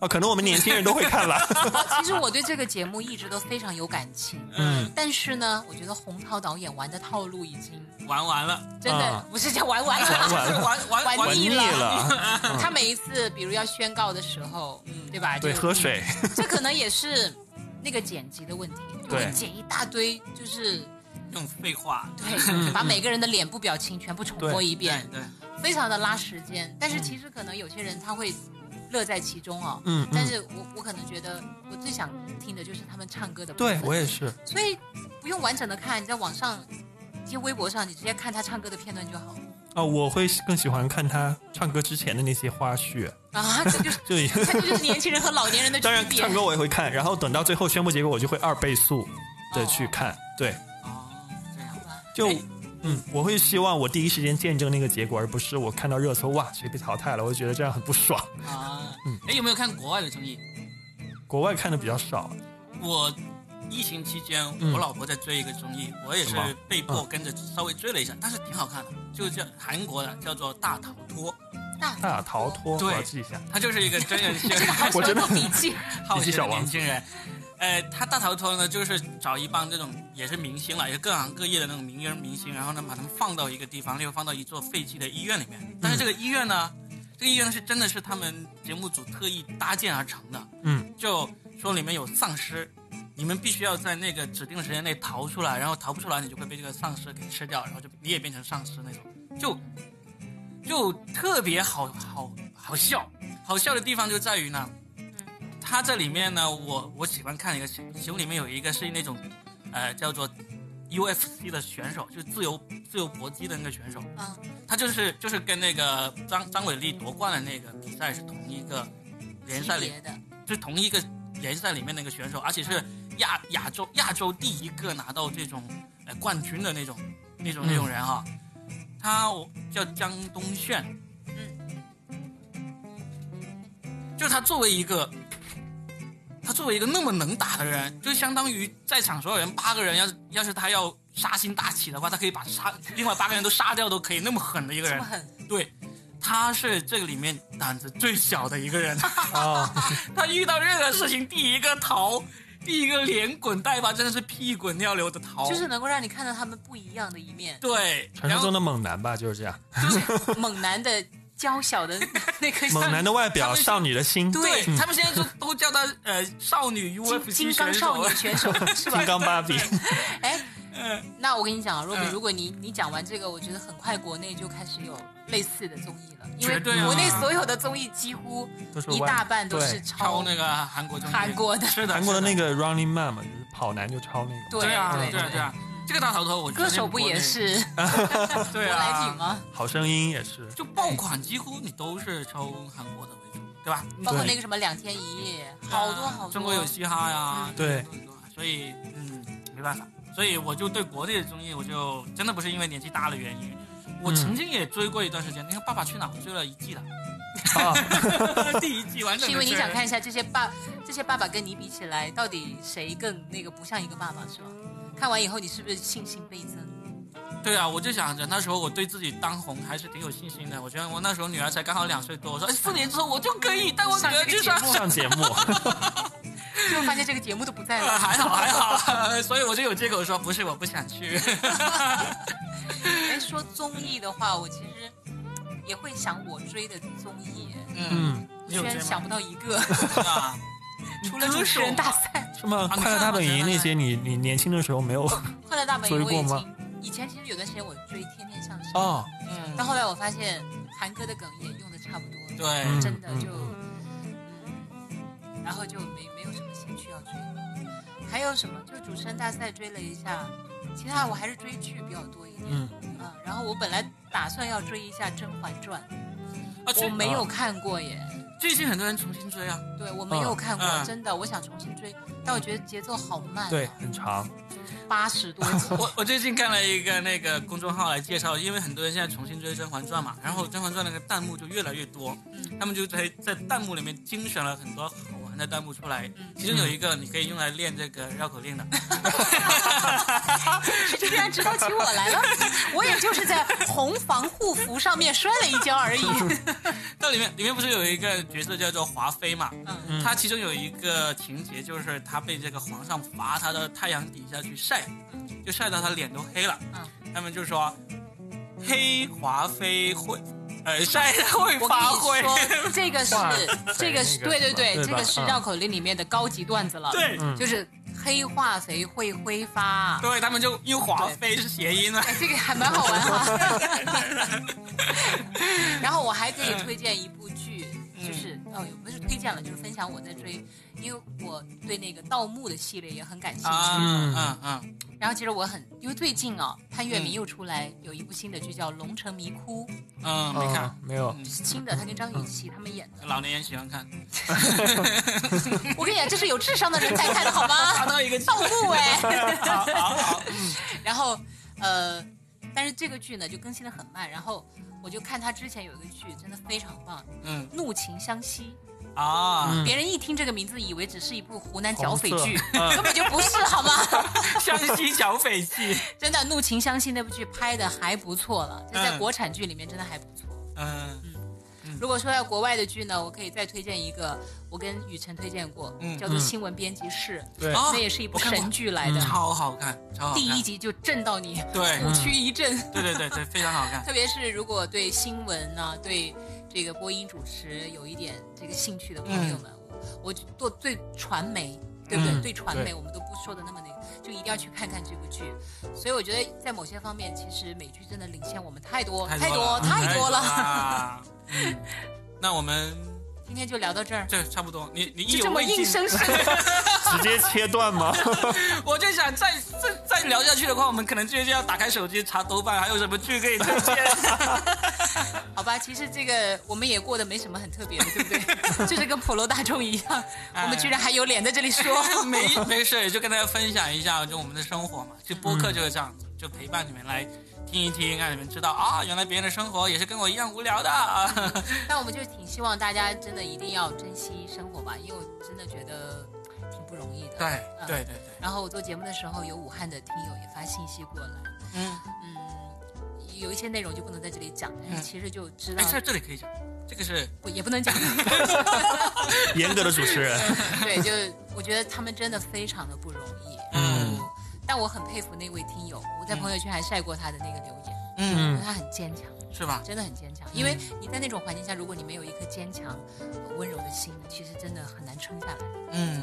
Speaker 4: 啊，可能我们年轻人都会看了。
Speaker 3: 哦其实我对这个节目一直都非常有感情，
Speaker 4: 嗯，
Speaker 3: 但是呢，我觉得洪涛导演玩的套路已经
Speaker 2: 玩完了，
Speaker 3: 真的
Speaker 4: 啊
Speaker 3: 不是叫玩完 了，
Speaker 4: 完了，
Speaker 2: 玩玩
Speaker 3: 玩
Speaker 4: 玩腻
Speaker 3: 腻了
Speaker 4: 了。
Speaker 3: 他每一次比如要宣告的时候，对吧？
Speaker 4: 嗯对，
Speaker 3: 就
Speaker 4: 喝。水。
Speaker 3: 这可能也是那个剪辑的问题，就会
Speaker 4: 对
Speaker 3: 剪一大堆， 就是
Speaker 2: 这种废话。
Speaker 3: 对，把每个人的脸部表情全部重播一遍，
Speaker 2: 对，
Speaker 3: 非常的拉时间。但是其实可能有些人他会乐在其中哦。
Speaker 4: 嗯
Speaker 3: 但
Speaker 4: 嗯，
Speaker 3: 是我我可能觉得我最想听的就是他们唱歌的部分。
Speaker 4: 对我也是。
Speaker 3: 所以不用完整的看，你在网上、一些微博上，你直接看他唱歌的片段就好。
Speaker 4: 啊，我会更喜欢看他唱歌之前的那些花絮，
Speaker 3: 啊，这 就是
Speaker 4: 就
Speaker 3: 这就是年轻人和老年人的区
Speaker 4: 当然
Speaker 3: 别
Speaker 4: 唱。歌我也会看，然后等到最后宣布结果，我就会二倍速的去看。对，
Speaker 2: 哦，这样。
Speaker 4: 就
Speaker 2: 哎
Speaker 4: 嗯，我会希望我第一时间见证那个结果，而不是我看到热搜哇谁被淘汰了，我就觉得这样很不爽。
Speaker 2: 啊
Speaker 4: 嗯，
Speaker 2: 哎，有没有看国外的综艺？
Speaker 4: 国外看的比较少，
Speaker 2: 我疫情期间，
Speaker 4: 嗯
Speaker 2: 我老婆在追一个综艺，我也是
Speaker 4: 什么嗯
Speaker 2: 被迫跟着稍微追了一下，但是挺好看的，就叫韩国的，叫做《大逃脱》，
Speaker 4: 大逃脱，
Speaker 2: 对
Speaker 4: 我要记一下。
Speaker 2: 它就是一个真人秀，
Speaker 4: 我真的
Speaker 3: 做笔记，
Speaker 2: 好奇
Speaker 4: 小
Speaker 2: 的
Speaker 4: 王
Speaker 2: 年轻人。呃，他大逃脱呢，就是找一帮这种也是明星了，也是各行各业的那种名人明星，然后呢，把他们放到一个地方，例如放到一座废弃的医院里面。但是这个医院呢，这个医院是真的是他们节目组特意搭建而成的。
Speaker 4: 嗯，
Speaker 2: 就说里面有丧尸，你们必须要在那个指定时间内逃出来，然后逃不出来，你就会被这个丧尸给吃掉，然后就你也变成丧尸那种。就就特别好好好笑。好笑的地方就在于呢，它这里面呢，我我喜欢看一个球，球里面有一个是那种，呃，叫做 UFC 的选手，就是自由自由搏击的那个选手，
Speaker 3: 啊，
Speaker 2: 他就是就是跟那个张张伟丽夺冠的那个比赛是同一个联赛
Speaker 3: 级
Speaker 2: 里
Speaker 3: 别的，
Speaker 2: 就是同一个联赛里面那个选手，而且是亚亚洲亚洲第一个拿到这种呃冠军的那种那种那种人啊，他我叫江东炫，嗯，就是他作为一个他作为一个那么能打的人，就相当于在场所有人八个人，要是要是他要杀心大起的话，他可以把杀另外八个人都杀掉都可以，那么狠的一个
Speaker 3: 这
Speaker 2: 人
Speaker 3: 么，狠，
Speaker 2: 对。他是这个里面胆子最小的一个人，
Speaker 4: 啊，
Speaker 2: 他遇到任何事情第一个逃，第一个连滚带爬，真的是屁滚尿流的逃。，
Speaker 3: 就是能够让你看到他们不一样的一面
Speaker 2: 对，
Speaker 4: 传
Speaker 2: 然
Speaker 4: 说
Speaker 2: 后
Speaker 4: 中的猛男吧，就是这样，
Speaker 3: 猛男的娇小的那个
Speaker 4: 猛男的外
Speaker 2: 他
Speaker 4: 表，
Speaker 2: 们
Speaker 4: 少女的心，
Speaker 2: 对
Speaker 4: 嗯
Speaker 2: 他们现在就都叫他呃少女
Speaker 3: 金
Speaker 2: UFC
Speaker 3: 金刚
Speaker 2: 选
Speaker 3: 少
Speaker 2: 手
Speaker 3: 年。选手是吧
Speaker 4: 金？刚芭比，
Speaker 3: 哎，
Speaker 2: 嗯，
Speaker 3: 那我跟你讲啊，若比，
Speaker 2: 嗯
Speaker 3: 如果你你讲完这个，我觉得很快国内就开始有类似的综艺了，因为
Speaker 2: 绝对啊
Speaker 3: 国内所有的综艺几乎
Speaker 4: 都是
Speaker 3: 一
Speaker 4: 外
Speaker 3: 大半都是
Speaker 4: 对
Speaker 2: 超
Speaker 3: 抄
Speaker 2: 那个韩国中
Speaker 3: 哦韩国的
Speaker 2: 是的，
Speaker 4: 韩国的那
Speaker 2: 个，
Speaker 4: 个 Running Man 嘛，就是跑男就抄那个，
Speaker 3: 对
Speaker 2: 对啊，
Speaker 3: 对
Speaker 2: 对啊，对啊，这个大头头，我觉得
Speaker 3: 歌手不也是
Speaker 2: 国内对
Speaker 3: 舶来品
Speaker 2: 啊，
Speaker 3: 吗？
Speaker 4: 好声音也是，
Speaker 2: 就爆款几乎你都是抽韩国的为主，对吧？
Speaker 3: 包括那个什么两天一夜，好多好多。嗯
Speaker 2: 中国有嘻哈呀，
Speaker 4: 对，
Speaker 2: 所以嗯，没办法，所以我就对国内的综艺，我就真的不是因为年纪大的原因，我
Speaker 4: 嗯
Speaker 2: 曾经也追过一段时间，你看《爸爸去哪儿》，我追了一季 了，
Speaker 4: 啊，
Speaker 2: 第一季完整。
Speaker 3: 是因为你想看一，下这些爸，这些爸爸跟你比起来，到底谁更那个不像一个爸爸，是吧？看完以后，你是不是信心倍增？
Speaker 2: 对啊，我就想着那时候我对自己当红还是挺有信心的，我觉得我那时候女儿才刚好两岁 多，我说哎四年之后我就可以带我女儿 去上
Speaker 3: 上这个节目
Speaker 4: 上节目，
Speaker 3: 最后发现这个节目都不在
Speaker 2: 呃
Speaker 3: 了。
Speaker 2: 还好还好，所以我就有借口说不是我不想 去。
Speaker 3: 哎，说综艺的话，我其实也会想我追的综艺，
Speaker 2: 嗯，
Speaker 4: 嗯，
Speaker 2: 你有
Speaker 3: 居
Speaker 2: 追
Speaker 3: 然想
Speaker 2: 吗？
Speaker 3: 不到一个，
Speaker 2: 是啊，
Speaker 3: 除了主持人大赛、
Speaker 4: 什么
Speaker 2: 啊
Speaker 4: 嗯快乐大本营
Speaker 2: 你看
Speaker 4: 那些，你你年轻的时候没有
Speaker 3: 快乐大本营，我已
Speaker 4: 追过
Speaker 3: 经以前其实有段时间我追《天天向上》，
Speaker 4: 哦，
Speaker 2: 嗯，
Speaker 3: 但后来我发现韩哥的梗也用的差不多了。
Speaker 2: 对，
Speaker 4: 嗯
Speaker 3: 真的
Speaker 4: 嗯
Speaker 3: 就，嗯然后就没没有什么兴趣要追了。还有什么？就主持人大赛追了一下，其他我还是追剧比较多一点。
Speaker 4: 嗯
Speaker 3: 啊然后我本来打算要追一下《甄嬛传
Speaker 2: 啊，》，
Speaker 3: 我
Speaker 2: 最
Speaker 3: 没有看过耶。
Speaker 2: 最近很多人重新追啊，
Speaker 3: 对，我没有看过，
Speaker 2: 嗯。
Speaker 3: 真的，我想重新追，但我觉得节奏好慢、啊
Speaker 4: 对，，很长，
Speaker 3: 八十多集
Speaker 2: 我我最近看了一个那个公众号来介绍，因为很多人现在重新追《甄嬛传》嘛，然后《甄嬛传》那个弹幕就越来越多，
Speaker 3: 嗯
Speaker 2: 他们就在在弹幕里面精选了很多好玩的弹幕出来，
Speaker 3: 嗯
Speaker 2: 其中有一个你可以用来练这个绕口令的，
Speaker 3: 居然指导起我来了，我也就是在红防护服上面摔了一跤而已。
Speaker 2: 那里面里面不是有一个角色叫做华妃嘛，
Speaker 3: 嗯，
Speaker 2: 她其中有一个情节就是她被这个皇上罚她到太阳底下去晒，就晒到她脸都黑了，
Speaker 3: 嗯
Speaker 2: 他们就说黑华妃会。 呃，晒得会
Speaker 3: 我跟
Speaker 2: 发灰，
Speaker 3: 你说，这个是
Speaker 4: 画
Speaker 3: 这个是
Speaker 4: 那个
Speaker 3: 对对对，
Speaker 4: 对吧
Speaker 3: 这个是
Speaker 4: 嗯
Speaker 3: 绕口令里面的高级段子了。，
Speaker 2: 对，
Speaker 4: 嗯
Speaker 3: 就是黑化肥会挥发，
Speaker 2: 对他们就因为华妃是谐音嘛。
Speaker 3: 哎，这个还蛮好玩哈。 然后我还可以推荐一部剧，就是哦，也不是推荐了，就是分享我在追，因为我对那个盗墓的系列也很感兴
Speaker 2: 啊，
Speaker 3: 趣。
Speaker 2: 嗯
Speaker 4: 嗯
Speaker 2: 嗯
Speaker 3: 然后其实我很，因为最近啊，潘粤明
Speaker 2: 嗯
Speaker 3: 又出来有一部新的剧叫《龙城迷窟
Speaker 2: 嗯，没看
Speaker 4: 嗯，，没有，》，
Speaker 3: 是新的，他跟张雨绮他们演的。
Speaker 2: 老年人喜欢看。
Speaker 3: 我跟你讲，这是有智商的人才看的好吗？
Speaker 2: 达到一个
Speaker 3: 盗 墓哎。
Speaker 2: 好好好，
Speaker 3: 然后呃，但是这个剧呢就更新的很慢，然后我就看他之前有一个剧真的非常棒，
Speaker 2: 嗯
Speaker 3: 《怒晴湘西》。
Speaker 2: 啊，
Speaker 4: 嗯
Speaker 3: 别人一听这个名字以为只是一部湖南剿
Speaker 4: 红
Speaker 3: 匪
Speaker 4: 色
Speaker 3: 剧，根本就不是好吗？
Speaker 2: 湘西剿匪记，
Speaker 3: 真的，《怒晴湘西》那部剧拍的还不错了，就在
Speaker 2: 嗯
Speaker 3: 国产剧里面真的还不错。
Speaker 2: 嗯
Speaker 3: 如果说要国外的剧呢，我可以再推荐一个，我跟雨辰推荐过，
Speaker 2: 嗯
Speaker 3: 叫做《
Speaker 4: 嗯
Speaker 3: 新闻编辑室》，
Speaker 4: 对，
Speaker 2: 啊
Speaker 3: 那，也是一部
Speaker 2: 我看过
Speaker 3: 神剧来的，
Speaker 2: 超好看，超好看。嗯
Speaker 3: 第一，集就震到你
Speaker 2: 对
Speaker 3: 虎躯一震。
Speaker 2: 对对对对，非常好看。
Speaker 3: 特别是如果对新闻呢、对这个播音主持有一点这个兴趣的朋友们，我我做对传媒对不对？
Speaker 4: 嗯
Speaker 3: 对传媒
Speaker 4: 对
Speaker 3: 我们都不说的那么那个，就一定要去看看这部剧。所以我觉得在某些方面，其实美剧真的领先我们太多太多
Speaker 2: 了
Speaker 3: 太多了。
Speaker 2: 了。嗯，那我们
Speaker 3: 今天就聊到这儿，
Speaker 2: 这差不多，你你意
Speaker 3: 就
Speaker 2: 犹
Speaker 3: 这么
Speaker 2: 未
Speaker 3: 硬
Speaker 2: 尽，
Speaker 3: 生生。
Speaker 4: 直接切断 吗？
Speaker 2: 我就想再再再聊下去的话，我们可能直接就要打开手机查豆瓣还有什么剧可以推荐。
Speaker 3: 好吧，其实这个我们也过得没什么很特别的，对不对？ 就是跟普罗大众一样， 我们居然还有脸在这里说。
Speaker 2: 哎 没没事，就跟大家分享一下，就我们的生活嘛。就播客就是这样子，就陪伴你们来听一听，让你们知道啊，原来别人的生活也是跟我一样无聊的 啊。
Speaker 3: 但我们就挺希望大家真的一定要珍惜生活吧，因为我真的觉得挺不容易的。
Speaker 2: 对
Speaker 3: 嗯
Speaker 2: 对对对，
Speaker 3: 然后我做节目的时候，有武汉的听友也发信息过来，
Speaker 2: 嗯，
Speaker 3: 嗯，有一些内容就不能在这里讲，但是
Speaker 2: 嗯
Speaker 3: 其实就知道
Speaker 2: 哎，，这这里可以讲，这个是
Speaker 3: 我也不能讲。
Speaker 4: 严格的主持人，
Speaker 3: 对，就我觉得他们真的非常的不容易。
Speaker 2: 嗯，
Speaker 3: 但我很佩服那位听友，我在朋友圈还晒过他的那个留言，
Speaker 2: 嗯
Speaker 3: 他很坚强。
Speaker 2: 是吧？
Speaker 3: 真的很坚强，因为你在那种环境下，如果你没有一颗坚强、呃温柔的心，其实真的很难撑下来。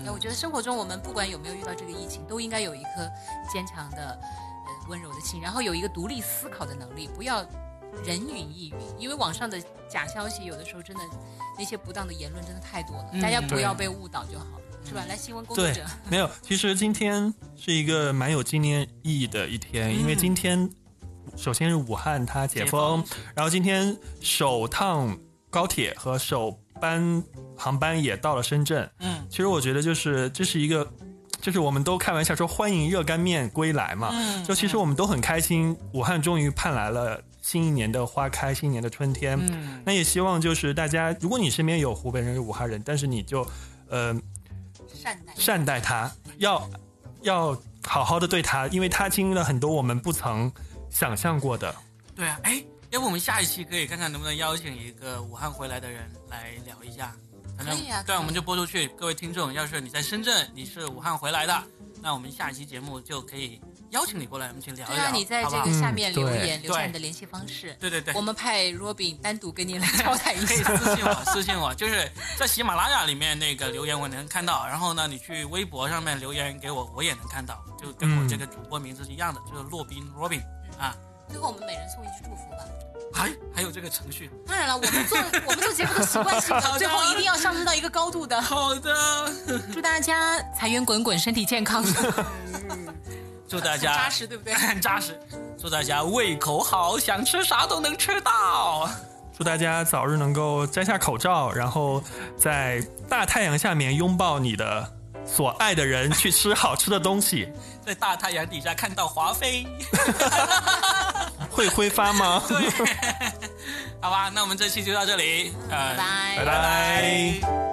Speaker 3: 那、
Speaker 2: 嗯
Speaker 3: 我觉得生活中我们不管有没有遇到这个疫情，都应该有一颗坚强的、呃温柔的心，然后有一个独立思考的能力，不要人云亦云，因为网上的假消息有的时候真的那些不当的言论真的太多了，
Speaker 2: 嗯
Speaker 3: 大家不
Speaker 4: 对
Speaker 3: 要被误导就好了，是吧？来，新闻工作
Speaker 4: 对
Speaker 3: 者，
Speaker 4: 没有。其实今天是一个蛮有纪念意义的一天，因为今天首先是武汉它解封，然后今天首趟高铁和首班航班也到了深圳。
Speaker 2: 嗯
Speaker 4: 其实我觉得就是这是一个，就是我们都开玩笑说欢迎热干面归来嘛。
Speaker 2: 嗯
Speaker 4: 就其实我们都很开心，武汉终于盼来了新一年的花开，新一年的春天。
Speaker 2: 嗯
Speaker 4: 那也希望就是大家，如果你身边有湖北人、有武汉人，但是你就，呃，
Speaker 3: 善待。
Speaker 4: 善待他，要要好好的对他，因为他经历了很多我们不曾想象过的。
Speaker 2: 对啊，哎，要不我们下一期可以看看能不能邀请一个武汉回来的人来聊一下。反正
Speaker 3: 可以啊可
Speaker 2: 对，
Speaker 3: 以
Speaker 2: 我们就播出去。各位听众，要是你在深圳，你是武汉回来的，那我们下一期节目就可以邀请你过来，我们一起聊一
Speaker 3: 对
Speaker 2: 聊。
Speaker 3: 啊，你在这
Speaker 2: 好不
Speaker 3: 个
Speaker 2: 好
Speaker 3: 下面留
Speaker 4: 嗯
Speaker 3: 言，留下
Speaker 2: 对
Speaker 3: 你的联系方式，
Speaker 2: 对对对
Speaker 3: 我，们派 Robin 单独跟你来交代一
Speaker 2: 可以
Speaker 3: 下。
Speaker 2: 私信我，私信我，就是在喜马拉雅里面那个留言我能看到，然后呢，你去微博上面留言给我，我也能看到，就跟我这个主播名字是一样的，就是洛宾 Robin 啊，
Speaker 3: 最后我们每人送一句祝福吧。
Speaker 2: 还还有这个程序。
Speaker 3: 当然了，我们做我们做节目都习惯性的，最后一定要上升到一个高度的。
Speaker 2: 好的，
Speaker 3: 祝大家财源滚滚，身体 健康，
Speaker 2: 祝大家哎
Speaker 3: 扎实，对不对？
Speaker 2: 很扎实。祝大家胃口好，想吃啥都能吃到。
Speaker 4: 祝大家早日能够摘下口罩，然后在大太阳下面拥抱你的所爱的人，去吃好吃的东西。
Speaker 2: 在大太阳底下看到华妃，
Speaker 4: 会挥发吗？
Speaker 2: 对，好吧，那我们这期就到这里，呃，
Speaker 3: 拜拜
Speaker 4: 拜拜
Speaker 2: 拜